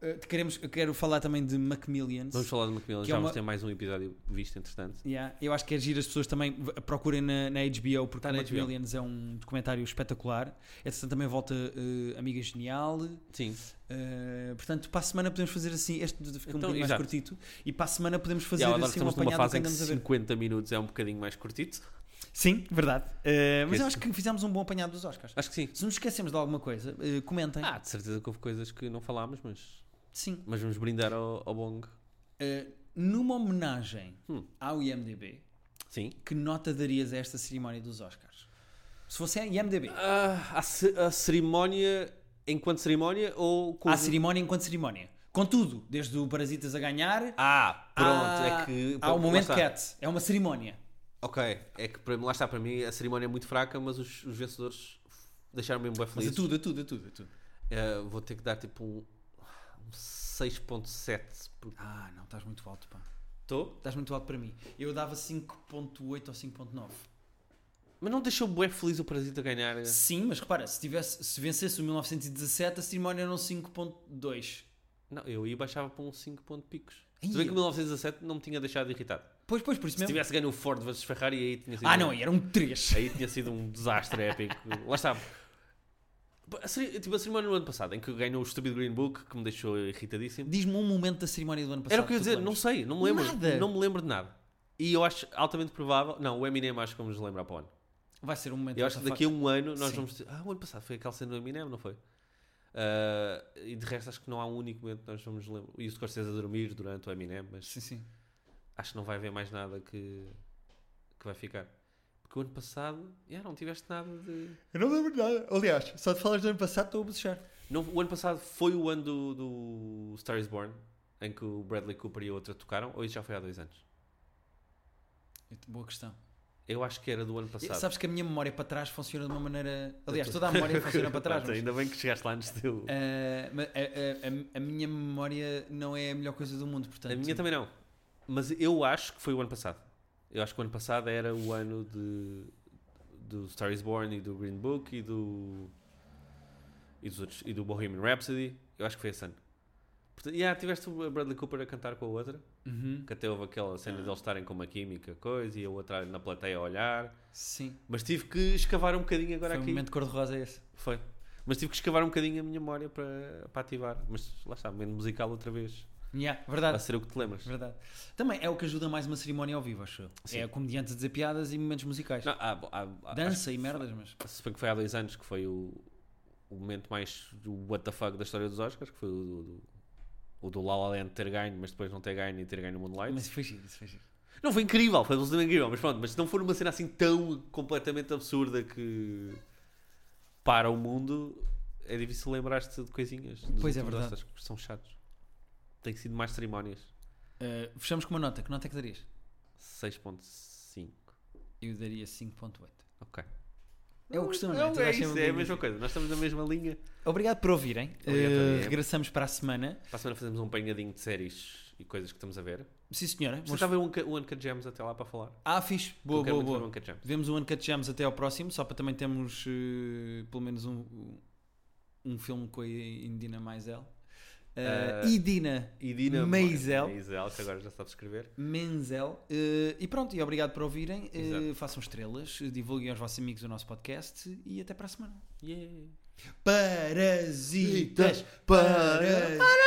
Speaker 2: eh, queremos, eu quero falar também de Macmillians.
Speaker 3: vamos falar de Macmillan,
Speaker 2: Que
Speaker 3: já
Speaker 2: é
Speaker 3: vamos
Speaker 2: uma-
Speaker 3: ter mais um episódio visto, entretanto.
Speaker 2: Yeah, Eu acho que é giro as pessoas também v- procurem na, na HBO, porque
Speaker 3: Tá na HBO.
Speaker 2: Macmillians é um documentário espetacular. Entretanto, também volta eh, Amiga Genial.
Speaker 3: Sim,
Speaker 2: Eh, portanto, para a semana podemos fazer assim. Este fica um
Speaker 3: Então,
Speaker 2: bocadinho mais
Speaker 3: exato.
Speaker 2: curtito. E para a semana podemos fazer
Speaker 3: já, agora
Speaker 2: assim um
Speaker 3: estamos numa
Speaker 2: apanhado do que
Speaker 3: fase em que
Speaker 2: andamos a ver.
Speaker 3: 50 minutos é um bocadinho mais curtito.
Speaker 2: Sim, verdade. Eh, mas
Speaker 3: Que
Speaker 2: eu
Speaker 3: é-
Speaker 2: acho que fizemos um bom apanhado dos Oscars.
Speaker 3: Acho que sim.
Speaker 2: Se nos esquecemos de alguma coisa, eh, comentem.
Speaker 3: Ah, de certeza que houve coisas que não falámos, mas,
Speaker 2: Sim.
Speaker 3: mas vamos brindar ao, ao Bong.
Speaker 2: Eh, numa homenagem
Speaker 3: Hum.
Speaker 2: ao IMDB,
Speaker 3: Sim.
Speaker 2: que nota darias a esta cerimónia dos Oscars? Se fosse a IMDB.
Speaker 3: Ah, a, ce- a cerimónia enquanto cerimónia ou com
Speaker 2: Há
Speaker 3: os-
Speaker 2: cerimónia enquanto cerimónia. Contudo, desde o Parasitas a ganhar,
Speaker 3: Ah, pronto,
Speaker 2: há-
Speaker 3: é que
Speaker 2: há o
Speaker 3: lá
Speaker 2: momento
Speaker 3: está.
Speaker 2: cat. É uma cerimónia.
Speaker 3: Ok, é que para, lá está para mim a cerimónia é muito fraca, mas os, os vencedores deixaram mesmo bem
Speaker 2: Mas é
Speaker 3: felizes.
Speaker 2: tudo, é tudo, é tudo, é tudo.
Speaker 3: Ah, vou ter que dar tipo um, um 6.7 porque
Speaker 2: Ah, não, estás muito alto, pá.
Speaker 3: estou,
Speaker 2: Estás muito alto para mim. Eu dava 5.8 ou 5.9.
Speaker 3: mas não deixou bué feliz o Parasita ganhar.
Speaker 2: É. Sim, mas repara, se, tivesse, se vencesse o 1917, a cerimónia era um 5.2.
Speaker 3: Não, eu ia baixava para um 5 ponto picos.
Speaker 2: Ai,
Speaker 3: Se bem que
Speaker 2: eu-
Speaker 3: 1917 não me tinha deixado irritado.
Speaker 2: Pois, pois, por isso
Speaker 3: Se
Speaker 2: mesmo.
Speaker 3: tivesse ganho o Ford versus Ferrari aí tinha sido
Speaker 2: Ah,
Speaker 3: um-
Speaker 2: não, era um 3.
Speaker 3: Aí tinha sido um desastre épico. Lá está. A ceri- Tipo, a cerimónia no ano passado, em que ganhou o Stupid Green Book, que me deixou irritadíssimo.
Speaker 2: Diz-me um momento da cerimónia do ano passado.
Speaker 3: Era o que eu ia
Speaker 2: tu te
Speaker 3: dizer, não
Speaker 2: lembras.
Speaker 3: sei, não me lembro.
Speaker 2: Nada.
Speaker 3: Não me lembro de nada. E eu acho altamente provável. Não, o Eminem acho que vamos nos lembrar para o ano.
Speaker 2: Vai ser um momento
Speaker 3: Eu acho que daqui a um ano nós
Speaker 2: Sim.
Speaker 3: vamos. ter- Ah, o ano passado foi aquela cena do Eminem, não foi? Ah, e de resto acho que não há um único momento que nós vamos lembrar. E o Scorsese a dormir durante o Eminem, mas
Speaker 2: Sim, sim.
Speaker 3: acho que não vai haver mais nada que, que vai ficar. Porque o ano passado, yeah, não tiveste nada de.
Speaker 1: Eu não me lembro de nada. Aliás, só de falar do ano passado estou a bochechar.
Speaker 3: Não, o ano passado foi o ano do, do Star is Born, em que o Bradley Cooper e a outra tocaram, ou isso já foi há dois anos?
Speaker 2: Então, Boa questão.
Speaker 3: Eu acho que era do ano passado.
Speaker 2: Sabes que a minha memória para trás funciona de uma maneira. Aliás,
Speaker 3: Eu Tá
Speaker 2: toda a memória funciona para trás.
Speaker 3: Pronto,
Speaker 2: mas,
Speaker 3: Ainda bem que chegaste lá antes teu.
Speaker 2: ah, mas a, a- a- a minha memória não é a melhor coisa do mundo, portanto.
Speaker 3: A minha também não. Mas eu acho que foi o ano passado. Eu acho que o ano passado era o ano de do Star is Born e do Green Book e do e, dos outros, e do Bohemian Rhapsody. Eu acho que foi esse ano. Portanto, yeah, tiveste o Bradley Cooper a cantar com a outra,
Speaker 2: Uhum,
Speaker 3: que até houve aquela cena deles estarem com uma química coisa e a outra na plateia a olhar.
Speaker 2: Sim.
Speaker 3: Mas tive que escavar um bocadinho agora
Speaker 2: Foi um
Speaker 3: aqui.
Speaker 2: momento cor-de-rosa esse.
Speaker 3: Foi. Mas tive que escavar um bocadinho a minha memória para, para ativar. Mas lá está, momento musical outra vez.
Speaker 2: Yeah,
Speaker 3: A
Speaker 2: verdade.
Speaker 3: ser o que te lembras.
Speaker 2: Verdade. Também é o que ajuda mais uma cerimónia ao vivo, acho eu.
Speaker 3: Sim. Ah,
Speaker 2: É comediantes a dizer piadas e momentos musicais.
Speaker 3: Não, há- há- há-
Speaker 2: Dança e merdas, mas.
Speaker 3: Se bem que foi há dois anos que foi o, o momento mais do what the fuck da história dos Oscars, que foi o do, do, o do La La Land ter ganho, mas depois não ter ganho e ter ganho o Moonlight.
Speaker 2: Mas foi giro, isso foi giro.
Speaker 3: Não, foi incrível, foi absolutamente incrível, mas pronto, mas se não for uma cena assim tão completamente absurda que para o mundo, é difícil lembrar-te de coisinhas. dos
Speaker 2: Pois é,
Speaker 3: últimos
Speaker 2: verdade.
Speaker 3: Oscars, que são chatos. Tem sido mais cerimónias.
Speaker 2: Ah, fechamos com uma nota. Que nota é que darias?
Speaker 3: 6.5.
Speaker 2: Eu daria 5.8.
Speaker 3: Ok.
Speaker 2: É o costume,
Speaker 3: Não,
Speaker 2: não é? Toda
Speaker 3: é
Speaker 2: gente
Speaker 3: isso,
Speaker 2: vai
Speaker 3: é a
Speaker 2: ouvir
Speaker 3: mesma coisa. Nós estamos na mesma linha.
Speaker 2: Obrigado por ouvirem.
Speaker 3: Obrigado também.
Speaker 2: Eh, regressamos para a semana.
Speaker 3: Para a semana fazemos um apanhadinho de séries e coisas que estamos a ver.
Speaker 2: Sim, senhora.
Speaker 3: Você
Speaker 2: Vamos-
Speaker 3: está a ver o Unca- o Uncut Gems até lá para falar?
Speaker 2: Ah, fixe.
Speaker 3: Eu
Speaker 2: Boa, boa,
Speaker 3: quero muito ver o
Speaker 2: boa.
Speaker 3: Uncut Gems.
Speaker 2: Vemos o Uncut Gems até ao próximo, só para também termos eh, pelo menos um, um filme com a Indina Maisel. Eh,
Speaker 3: Eh,
Speaker 2: Idina
Speaker 3: E Dina
Speaker 2: Maisel.
Speaker 3: Maisel, que agora já sabe escrever.
Speaker 2: Menzel. Eh, e pronto, e obrigado por ouvirem. Eh,
Speaker 3: Exato.
Speaker 2: façam estrelas, eh, divulguem aos vossos amigos o nosso podcast e até para a semana.
Speaker 3: Yeah.
Speaker 2: Parasitas!
Speaker 1: Para-
Speaker 2: Parasitas!